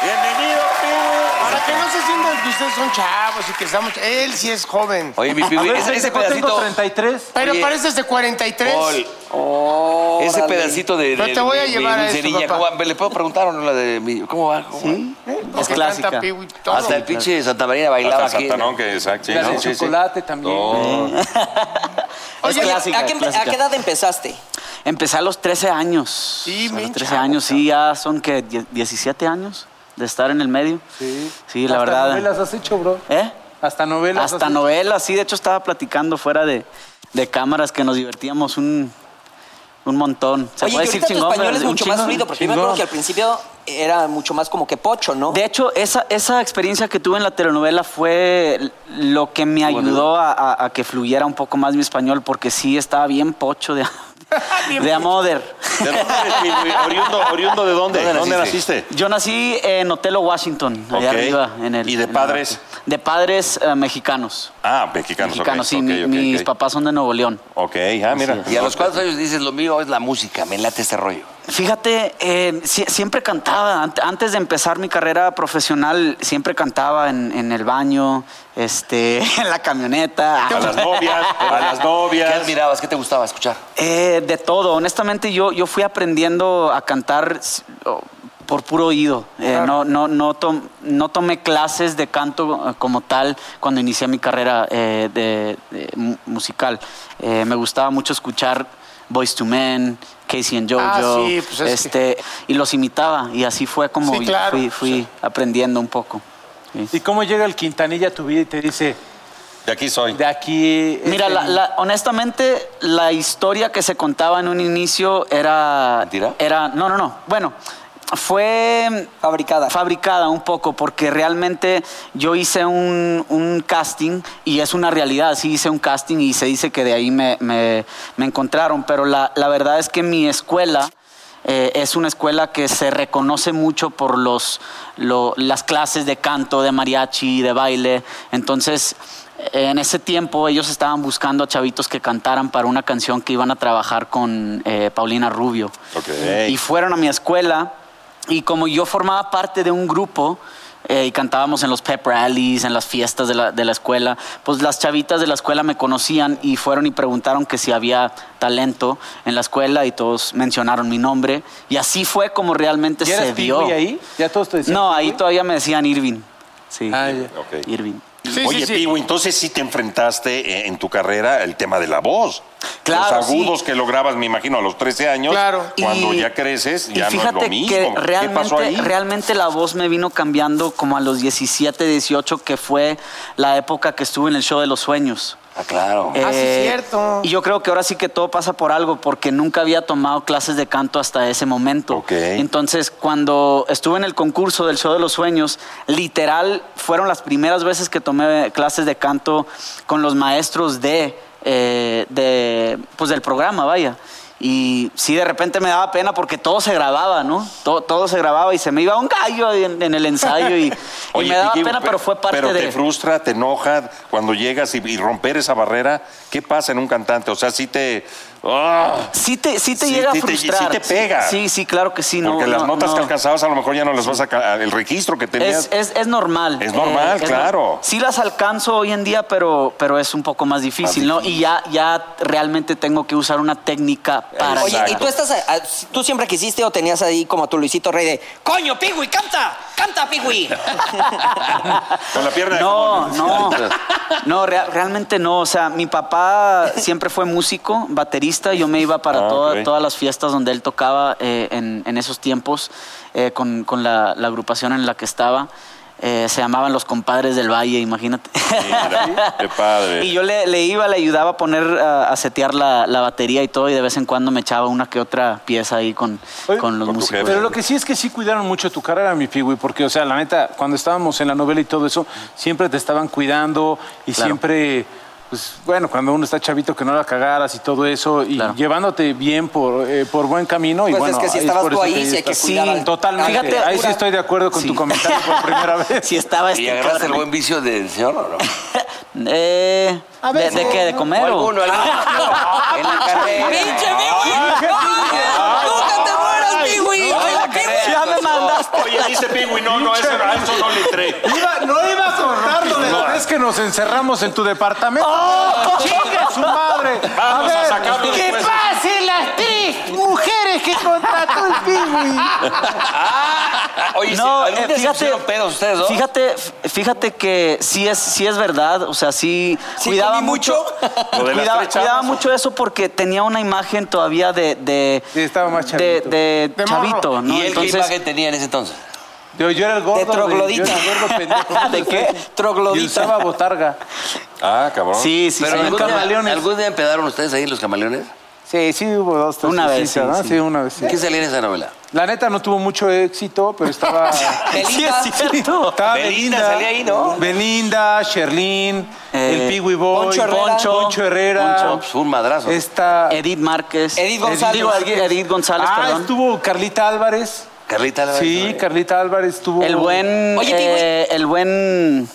S5: Bienvenido, Pibu. Para que no se sientan que ustedes son chavos y que estamos... Él sí es joven.
S8: Oye, mi Piwi, ese, ese
S1: Yo tengo
S8: pedacito...
S1: 33.
S5: Pero
S8: oye.
S5: pareces de 43.
S8: Paul, Ese pedacito de,
S5: Pero
S8: de-
S5: te voy a
S8: de- de
S5: llevar a eso,
S8: Lucerilla,
S5: papá.
S8: ¿cómo va? ¿Le puedo preguntar o no la de mi- ¿Cómo va? ¿Cómo
S5: Es
S1: clásica.
S8: va? Hasta el pinche de Santa María bailaba
S4: Hasta
S8: aquí.
S4: Satanón, que exacto. sí,
S1: Las de
S4: ¿no? Sí, sí.
S1: chocolate también.
S3: Oye,
S2: clásica,
S3: ¿a, qué,
S2: es clásica.
S3: a qué edad empezaste?
S2: Empecé a los 13 años. Sí, a los 13 años, sí, ya son que 17 años de estar en el medio. Sí. Sí, la
S1: Hasta
S2: verdad.
S1: novelas has hecho, bro.
S2: ¿Eh?
S1: Hasta novelas. has
S2: Hasta
S1: hecho.
S2: novelas, sí. De hecho, estaba platicando fuera de, de cámaras que nos divertíamos un, un montón.
S3: Oye, y ahorita tu español
S2: pero
S3: es
S2: un
S3: mucho más
S2: chingo.
S3: fluido, porque yo me acuerdo que al principio era mucho más como que pocho, ¿no?
S2: De hecho, esa, esa experiencia que tuve en la telenovela fue lo que me ayudó a, a- a que fluyera un poco más mi español, porque sí estaba bien pocho de, de a mother.
S4: ¿De dónde eres, Piwi? ¿Oriundo, oriundo de dónde?
S8: ¿Dónde
S4: ¿Dónde,
S8: naciste?
S4: naciste?
S2: Yo nací en Otelo, Washington, allá
S4: Ok.
S2: arriba. En el,
S4: ¿Y de
S2: en el
S4: padres?
S2: norte. de padres eh, mexicanos.
S4: Ah, mexicanos.
S2: mexicanos, sí.
S4: ok,
S2: mi-
S4: ok,
S2: mis
S4: ok.
S2: papás son de Nuevo León.
S4: Ok, ah, mira.
S8: Y a los cuatro años dices, lo mío es la música, me late este rollo.
S2: Fíjate, eh, sie- siempre cantaba. Ant- Antes de empezar mi carrera profesional, siempre cantaba en, en el baño, este, en la camioneta.
S4: A las novias, a las
S8: ¿Qué
S4: novias.
S8: admirabas? ¿Qué te gustaba escuchar?
S2: Eh, de todo, honestamente yo, yo fui aprendiendo a cantar s- o- por puro oído. Eh, no, no, no, tom- no tomé clases de canto eh, como tal cuando inicié mi carrera eh, de, de mu- musical. Eh, me gustaba mucho escuchar Boys to Men, Casey and Jojo,
S5: Ah, sí, pues es
S2: este, y los imitaba y así fue como
S5: Sí,
S2: yo
S5: claro, pues
S2: fui, fui
S5: sí.
S2: aprendiendo un poco.
S1: ¿Y cómo llega el Quintanilla a tu vida y te dice,
S4: De aquí soy.
S1: de aquí.
S2: Mira,
S1: este,
S2: la- la- honestamente, la historia que se contaba en un inicio era.
S8: ¿Mentira?
S2: Era. No, no, no. Bueno, fue
S3: Fabricada.
S2: fabricada un poco porque realmente yo hice un, un casting y es una realidad, sí hice un casting y se dice que de ahí me, me- me encontraron, pero la, la verdad es que mi escuela eh, es una escuela que se reconoce mucho por los, lo- las clases de canto, de mariachi, de baile, entonces... En ese tiempo ellos estaban buscando a chavitos que cantaran para una canción que iban a trabajar con eh, Paulina Rubio.
S4: Ok.
S2: Y fueron a mi escuela y como yo formaba parte de un grupo eh, y cantábamos en los pep rallies, en las fiestas de la, de la escuela, pues las chavitas de la escuela me conocían y fueron y preguntaron que si había talento en la escuela y todos mencionaron mi nombre. Y así fue como realmente
S1: ¿Ya eras
S2: se dio.
S1: pingüi ahí? ¿Ya todos te decían
S2: No, ahí
S1: pingüi?
S2: todavía me decían Irving. Sí.
S1: "Ah,
S4: Ok.
S2: Irving.
S4: Oye, Pigo, entonces sí te enfrentaste eh, en tu carrera al tema de la voz.
S2: Claro,
S4: Los agudos que lograbas, me imagino, a los 13 años.
S2: Claro.
S4: Cuando
S2: Y-
S4: ya creces,
S2: Y
S4: ya no es
S2: fíjate
S4: lo mismo.
S2: que
S4: ¿Qué pasó ahí?
S2: realmente, realmente la voz me vino cambiando como a los 17, 18, que fue la época que estuve en el show de los sueños. Eh,
S12: Ah, claro.
S5: Ah, sí, cierto.
S2: Y yo creo que ahora sí que todo pasa por algo, porque nunca había tomado clases de canto hasta ese momento. Entonces, cuando estuve en el concurso del show de los sueños, literal fueron las primeras veces que tomé clases de canto con los maestros de, eh, de pues del programa, vaya. Y sí, de repente me daba pena porque todo se grababa, ¿no? Todo, todo se grababa y se me iba un gallo en, en el ensayo y, y
S4: Oye,
S2: me daba
S4: Piqui,
S2: pena,
S4: pe-
S2: pero fue parte
S4: pero
S2: de...
S4: te frustra, te enoja cuando llegas y, y romper esa barrera. ¿Qué pasa en un cantante? O sea, sí te... ¡Ah!
S2: Sí te, sí te
S4: Sí
S2: llega
S4: te-
S2: a
S4: sí te
S2: frustrar.
S4: pega.
S2: Sí, sí, claro que sí. no,
S4: Porque
S2: no,
S4: las notas
S2: no.
S4: que alcanzabas a lo mejor ya no las vas a... ca- El registro que tenías...
S2: Es, es- es normal.
S4: Es normal, claro.
S2: no- sí las alcanzo hoy en día, pero, pero es un poco más difícil, ¿no? Y ya, ya realmente tengo que usar una técnica para...
S3: Oye, ¿y tú estás, a- a- tú siempre quisiste o tenías ahí como tu Luisito Rey de, coño, Pigui, canta, canta, Pigui?
S4: Con la pierna de
S2: No, no.
S4: jamón.
S2: No, rea- realmente no. O sea, mi papá siempre fue músico, baterista. Yo me iba para
S4: Ah,
S2: toda-
S4: ok.
S2: todas las fiestas donde él tocaba eh, en, en esos tiempos eh, con, con la, la agrupación en la que estaba. Eh, se llamaban Los Compadres del Valle, imagínate.
S4: Mira, qué padre.
S2: Y yo le, le iba, le ayudaba a poner, eh, a, a setear la, la batería y todo, y de vez en cuando me echaba una que otra pieza ahí con, con los músicos.
S1: Pero lo que sí es que sí cuidaron mucho tu carrera, mi Piwi, porque, o sea, la neta, cuando estábamos en la novela y todo eso, siempre te estaban cuidando y
S2: Claro.
S1: siempre, pues, bueno, cuando uno está chavito, que no la cagaras y todo eso, y llevándote bien por, eh, por buen camino. y
S3: Pues
S1: bueno,
S3: es que si
S1: ahí
S3: estabas
S1: por
S3: tú
S1: eso
S3: ahí, sí hay que
S1: estás-
S3: cuidar al-
S1: totalmente.
S3: Fíjate,
S1: ahí sí
S3: pura-
S1: estoy de acuerdo con tu comentario por primera vez.
S2: Si estaba
S3: Este,
S2: este
S12: ¿Y agarraste el buen vicio del señor o no?
S2: Eh,
S12: A
S2: ¿de,
S12: ver,
S2: de
S12: sí.
S2: qué? ¿De comer?
S12: O
S2: o?
S12: alguno, alguno. En la carrera.
S3: ¡Pinche ¡Nunca te mueras, Pigui!
S2: Ya me mandaste.
S4: Oye, dice Pingüi, no, no, eso, a eso no le entré.
S1: Iba- no ibas a contarlo de la vez que nos encerramos en tu departamento. ¡Oh! ¡Chinga su madre!
S4: Vamos a
S1: ver,
S4: sacarlo
S1: ¿qué
S4: después.
S5: ¡Pasen las tres mujeres que contrató el Pingüi!
S12: Oye,
S2: No,
S12: ¿algún
S2: eh,
S12: día se
S2: fíjate,
S12: pusieron pedos ustedes dos?
S2: fíjate, fíjate que sí es, sí es verdad, o sea, sí,
S12: Sí
S2: cuidaba
S12: comí mucho.
S2: mucho,
S4: Lo de las
S2: cuidaba,
S4: tres chamas,
S2: cuidaba
S4: ¿o?
S2: mucho eso porque tenía una imagen todavía de, de,
S1: estaba más
S2: de,
S1: chavito.
S2: de
S1: De morro.
S2: chavito, ¿no?
S12: ¿Y él qué
S2: Entonces,
S12: imagen tenía en ese entonces?
S1: Yo, yo era el gordo.
S3: De troglodita.
S1: güey, yo era el gordo pendejo.
S2: ¿De qué?
S1: Y
S3: Troglodita.
S1: usaba botarga.
S4: Ah, cabrón.
S2: sí, sí,
S12: Pero
S2: sí,
S12: algún,
S2: nunca-
S12: día, ¿Algún día empezaron ustedes ahí los camaleones?
S1: Sí, sí hubo dos, tres.
S2: Una vez,
S1: cositas,
S2: sí,
S1: ¿no?
S2: sí.
S1: una vez. sí.
S2: Eh,
S12: ¿Qué salía en esa novela?
S1: La neta no tuvo mucho éxito, pero estaba.
S2: Sí, es cierto.
S1: estaba
S12: Belinda salía ahí, ¿no?
S1: Belinda, Sherlyn,
S2: Eh,
S1: el Peewee Boy,
S3: Poncho Herrera.
S1: Poncho Herrera.
S12: No, pues, fue un madrazo.
S1: Esta.
S2: Edith Márquez.
S3: Edith González.
S2: Digo, Edith González,
S1: ah,
S2: perdón.
S1: estuvo Carlita Álvarez.
S12: Carlita Álvarez,
S1: Sí,
S12: ¿no?
S1: Carlita Álvarez estuvo.
S2: El buen.
S3: Oye,
S2: eh, el buen.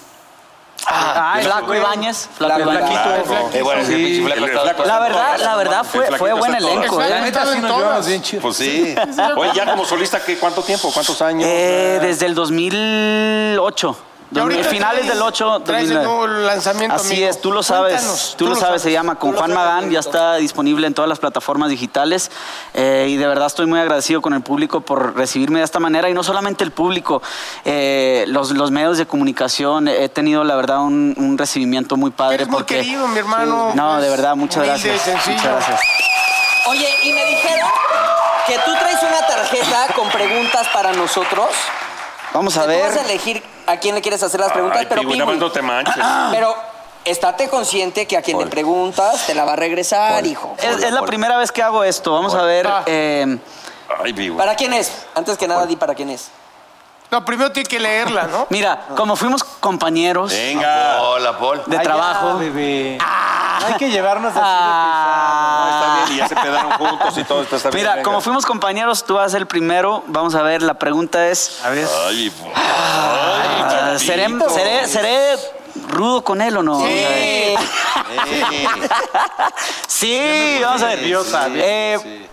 S2: Ah, Flaco
S1: güey.
S2: Ibáñez. Flaco
S3: Flaco
S2: Ibáñez.
S4: Claro.
S12: Eh, bueno, ese
S1: Sí.
S12: pinche flaco
S4: El
S12: estaba-
S4: flaco
S2: La
S4: está en
S2: verdad,
S4: todas,
S2: la
S4: ¿no?
S2: verdad
S4: El
S2: fue,
S4: flaquito
S2: fue
S4: está
S2: buen
S4: en todas.
S2: elenco.
S5: Exacto.
S1: La neta sí nos llevamos bien chido.
S4: Pues sí. Oye, ya como solista, ¿qué, ¿cuánto tiempo? ¿Cuántos años?
S2: Eh, desde el 2008.
S5: Y ahorita
S2: Dos- finales
S5: traes-
S2: del 8.
S5: traes el
S2: 2009.
S5: nuevo lanzamiento,
S2: Así
S5: amigo.
S2: es, tú lo sabes.
S5: Cuéntanos,
S2: tú, lo sabes, se llama Con
S3: Tú lo
S2: Juan
S3: sabes,
S2: Magán. Ya
S3: Pedrito.
S2: está disponible en todas las plataformas digitales. eh, y de verdad estoy muy agradecido con el público por recibirme de esta manera. Y no solamente el público, eh, los, los medios de comunicación. He tenido, la verdad, un, un recibimiento muy padre.
S5: Eres muy
S2: porque,
S5: querido, mi hermano.
S2: Sí. No,
S5: Pues,
S2: de verdad, muchas
S5: humilde,
S2: gracias.
S5: sencillo.
S2: Muchas gracias.
S3: Oye, y me dijeron que tú traes una tarjeta con preguntas para nosotros.
S2: Vamos a
S3: Tú
S2: ver.
S3: vas a elegir a quién le quieres hacer las preguntas,
S4: Ay,
S3: pero Ah,
S4: Pigui, nada más
S3: Pigui,
S4: no te manches.
S3: Pero estate consciente que a quien le preguntas te la va a regresar, hijo.
S2: Es, es la primera vez que hago esto. Vamos a ver. eh,
S4: Ay, vivo.
S3: ¿Para quién es? Antes que nada, di para quién es.
S5: No, primero tiene que leerla, ¿no?
S2: mira, como fuimos compañeros
S4: Venga.
S12: Hola, Paul.
S2: de
S1: Allá,
S2: trabajo. Ah.
S1: bebé. Hay que llevarnos así
S4: Está bien, y ya se quedaron juntos y todo está está bien.
S2: Mira,
S4: venga.
S2: como fuimos compañeros, tú vas a ser el primero. Vamos a ver, la pregunta es,
S1: de pisar. A ver.
S4: Ay, po-
S2: ah, ¿seré, seré, seré rudo con él o no? Vamos a ver.
S3: Eh,
S2: Sí, vamos a ver.
S1: nerviosa, bien,
S2: Eh,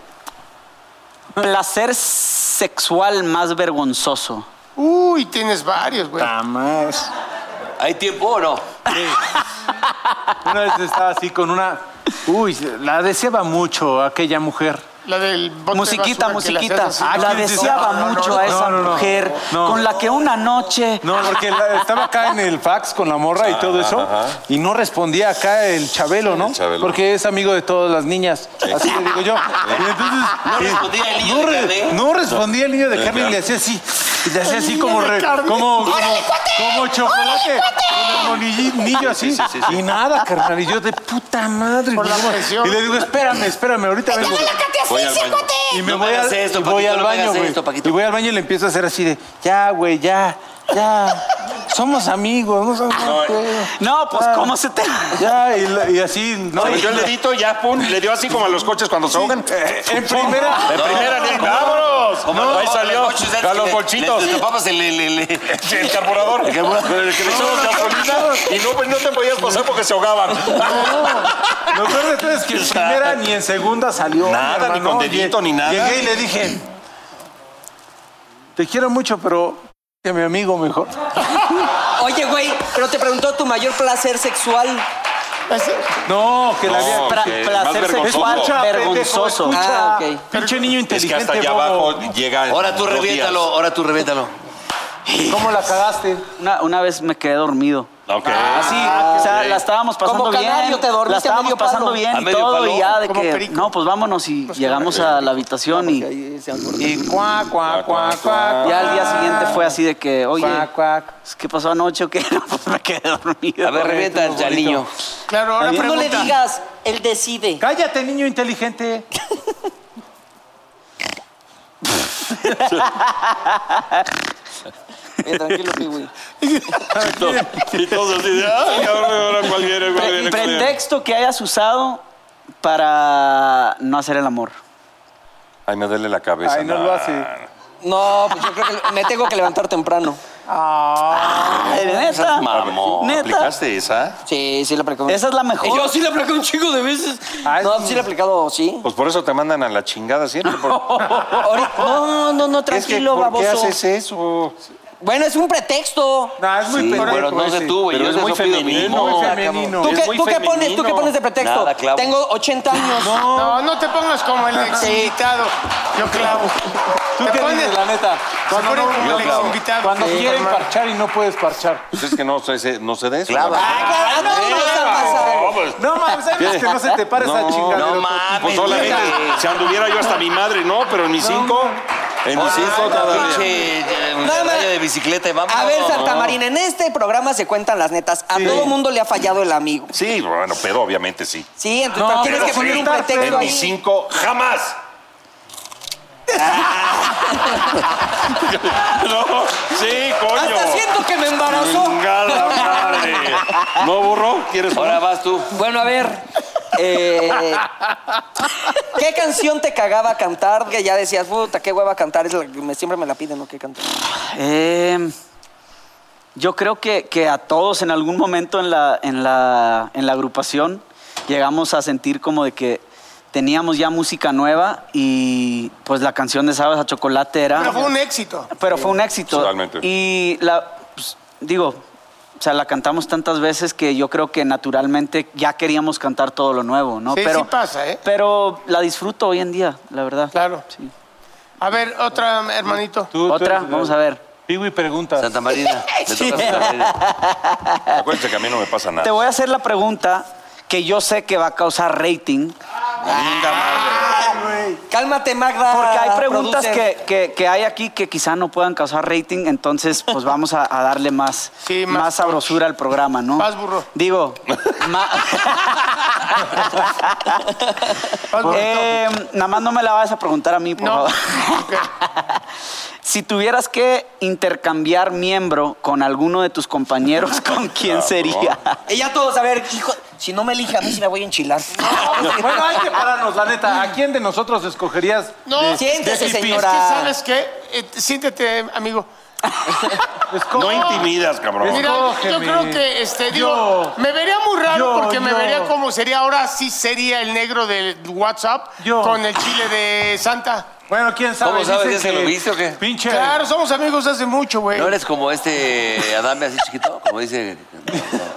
S2: Placer sexual más vergonzoso.
S5: Uy, tienes varios, güey.
S1: Jamás.
S13: ¿Hay tiempo o no?
S1: Una vez estaba así con una. Uy, la deseaba mucho aquella mujer.
S5: La del bote de
S14: Musiquita,
S5: basura que le
S14: musiquita. Ah,
S5: haces así.
S3: Ah,
S14: la deseaba mucho a esa mujer con la que una noche.
S1: No, porque la- estaba acá en el fax con la morra y todo eso. Y no respondía acá el Chabelo, ¿no?
S4: Chabelo.
S1: Porque es amigo de todas las niñas. Así le digo yo. Y entonces.
S13: No
S1: eh,
S13: respondía el niño
S1: no
S13: de
S1: re-
S13: carne.
S1: No respondía el niño de
S13: El
S1: carne y
S13: carne.
S1: le hacía así. Y le
S13: El
S1: hacía así
S13: niño
S1: como.
S13: de
S1: re-
S13: carne.
S1: como, como,
S13: ¡Órale, cuate!
S1: como chocolate. Con el monillillo así.
S13: Sí, sí, sí, sí.
S1: Y nada, carnal. Y yo de puta madre.
S5: Por la
S1: ¿cómo?
S5: presión.
S1: y le digo, espérame, espérame, ahorita vengo.
S13: Voy al baño.
S1: Y me
S13: No me
S1: voy,
S13: hagas
S1: al,
S13: esto,
S1: y voy
S13: Paquito,
S1: al
S13: no me hagas
S1: baño, güey.
S13: esto, Paquito.
S1: y voy al baño y le empiezo a hacer así de, ya, güey, ya, ya. Somos amigos, no somos
S4: Ah, No,
S14: No, pues,
S1: Ya.
S14: ¿cómo se te.?
S1: Ya, y, la- y así. No,
S4: Yo el dedito ya, pum, le dio así como a los coches cuando se ahogan.
S1: Eh, en primera.
S4: De primera, ni- ¡vámonos! ahí salió. A los bolchitos.
S13: Le, le tapabas el, el, el, el-
S4: El carburador. El que le echamos gasolina y no, pues, no te podías pasar porque se ahogaban.
S1: Lo peor de todo es que en primera ni en segunda salió.
S4: Nada,
S1: mi
S4: ni
S1: hermano.
S4: con dedito,
S1: Lle-
S4: ni nada.
S1: Llegué y le dije, te quiero mucho, pero que mi amigo mejor.
S3: Oye, güey, pero te preguntó tu mayor placer sexual.
S1: No, que la
S4: No,
S1: había...
S14: Pra-
S4: que es más
S14: placer sexual
S4: vergonzoso.
S1: Escucha,
S14: vergonzoso.
S1: pendejo,
S3: Ah,
S1: escucha.
S3: ok.
S1: Pinche niño
S4: Es que
S1: inteligente.
S4: hasta allá
S1: bobo.
S4: abajo llega. en
S13: Ahora tú
S4: dos días.
S13: reviéntalo, ahora tú reviéntalo.
S1: ¿Cómo la cagaste?
S14: Una, una vez me quedé dormido.
S4: Ok.
S14: Así, o sea, la estábamos pasando
S3: Como canario,
S14: bien.
S3: te dormiste
S14: la
S3: a
S14: estábamos
S3: medio
S14: pasando
S3: palo.
S14: bien
S13: A
S14: y
S13: medio
S14: todo,
S13: palo.
S14: y ya de
S5: Como
S14: que.
S5: perico.
S14: No, pues vámonos y llegamos a la habitación y
S1: Y cuac, cuac, cuac, cuac.
S14: ya al día siguiente fue así de que, oye,
S1: Cuac, cuac.
S14: ¿qué pasó anoche o qué? No, pues me quedé dormido.
S13: A ver, revienta
S1: bonito.
S13: al niño.
S5: Claro, ahora
S3: No le
S5: pregunta.
S3: digas, él decide.
S1: Cállate, niño inteligente.
S3: Eh, tranquilo, sí, güey.
S4: Y todos así de, ay, ahora, ahora cuál viene, cuál
S14: Pre-
S4: viene, cuál viene.
S14: pretexto que hayas usado para no hacer el amor.
S4: Ay, me duele la cabeza.
S1: Ay, no lo hace.
S3: No, pues yo creo que me tengo que levantar temprano.
S14: Ay, neta.
S4: Mamón.
S14: Neta.
S4: ¿Aplicaste esa?
S3: Sí, sí la aplicado.
S14: Esa es la mejor. Ah,
S3: Yo sí la apliqué un chico de veces.
S1: Ay,
S3: no,
S1: sí.
S3: sí la he aplicado, sí.
S4: Pues por eso te mandan a la chingada siempre. por-
S3: Ahorita- No, no, no,
S4: Es que,
S3: tranquilo,
S4: ¿por qué
S3: baboso.
S4: haces eso?
S3: Bueno, es un pretexto.
S1: No, es muy
S13: Sí,
S1: pendejo
S13: bueno, no sé
S1: ese.
S13: tú, güey.
S4: Pero
S13: yo
S4: es
S13: de
S4: muy
S13: eso pido
S4: femenino,
S13: mínimo.
S1: muy
S13: Ah, cabrón.
S1: femenino.
S3: ¿Tú,
S4: Es
S3: qué,
S4: muy
S3: tú qué pones, ¿Tú qué
S4: femenino.
S3: pones de pretexto?
S13: Nada, clavo.
S3: Tengo 80 años.
S5: No, no te pongas como el ex invitado. Yo clavo.
S1: ¿Tú
S5: Te
S1: qué
S5: pones-
S1: dices, la neta?
S5: Se pone como
S4: yo
S5: el ex
S4: clavo.
S5: invitado.
S1: Cuando
S5: Sí,
S1: quieren
S5: hermano.
S1: parchar y no puedes parchar.
S4: Pues es que no, sé ese- no sé de eso.
S13: Clava.
S4: la
S3: Ah, claro, no, no, está pasado.
S4: verdad. pues.
S1: No mames, sabes que no se te para esa
S4: No,
S1: chingadera.
S13: no mames.
S4: Pues solamente
S13: Mira.
S4: si anduviera yo hasta mi madre, no, pero en mi cinco, en mi cinco todavía.
S13: Pinche eh,
S3: Nada.
S13: raya de bicicleta y vamos.
S3: A ver, Santa Marina, en este programa se cuentan las netas. A todo mundo le ha fallado el amigo.
S4: Sí, bueno, pedo obviamente sí.
S3: Sí, entonces pero
S1: No,
S3: tienes
S1: pero
S3: que poner
S1: sí
S3: un
S1: está
S3: pretexto
S4: En mi
S3: ahí.
S4: cinco, jamás. no, sí, coño.
S3: Hasta siento que me embarazó.
S4: Chingada madre. ¿No burro? ¿Quieres
S13: Ahora vas tú.
S3: Bueno, a ver. eh, ¿Qué canción te cagaba cantar? Que ya decías, puta, qué hueva cantar. Es la que me- siempre me la piden, ¿no? ¿Qué canto?
S14: Eh, yo creo que, que a todos en algún momento en la, en, la, en la agrupación llegamos a sentir como de que teníamos ya música nueva y pues la canción de Sabes a Chocolate era...
S5: Pero fue un éxito.
S14: Pero fue un éxito.
S4: Totalmente.
S14: Y la, pues, digo, o sea, la cantamos tantas veces que yo creo que naturalmente ya queríamos cantar todo lo nuevo, ¿no?
S5: Sí,
S14: pero,
S5: sí pasa, ¿eh?
S14: Pero la disfruto hoy en día, la verdad.
S5: Claro.
S14: Sí.
S5: A ver, otra, hermanito.
S1: Tú- tú
S14: Otra,
S1: eres-
S14: vamos a ver.
S1: Piwi pregunta.
S13: Santa Marina. Te toca Santa Marina.
S4: Acuérdense que a mí no me pasa nada.
S14: Te voy a hacer la pregunta que yo sé que va a causar rating,
S5: Ah.
S3: Cálmate, Magda.
S14: porque hay preguntas
S3: producer.
S14: que, que- que hay aquí que quizá no puedan causar rating, entonces pues vamos a, a darle más,
S5: Sí,
S14: más,
S5: más
S14: sabrosura al programa, ¿no?
S5: Más burro.
S14: Digo, ma-
S5: Más burrito.
S14: Eh, nada más no me la vas a preguntar a mí, por
S5: No.
S14: favor. Si tuvieras que intercambiar miembro con alguno de tus compañeros, ¿con quién sería?
S3: Y ya todos, a ver, hijo, si no me elige a mí, sí me voy a enchilar.
S1: Bueno, hay que pararnos, la neta. ¿A quién de nosotros escogerías?
S5: No,
S3: Siéntese,
S5: es que
S3: señora.
S5: ¿Sabes qué? Eh, siéntete, amigo.
S4: No intimidas, cabrón.
S5: Mira, yo
S1: Escógeme.
S5: creo que, este, digo,
S1: Yo.
S5: me vería muy raro
S1: Yo,
S5: porque me
S1: yo.
S5: vería como sería ahora sí sería el negro del WhatsApp
S1: Yo.
S5: con el chile de Santa.
S1: Bueno, quién sabe.
S2: ¿Cómo sabes?
S1: Dicen
S2: ¿Ya se lo viste o qué?
S1: Pinche.
S5: Claro, somos amigos hace mucho, güey.
S2: ¿No eres como este Adame así chiquito? Como dice...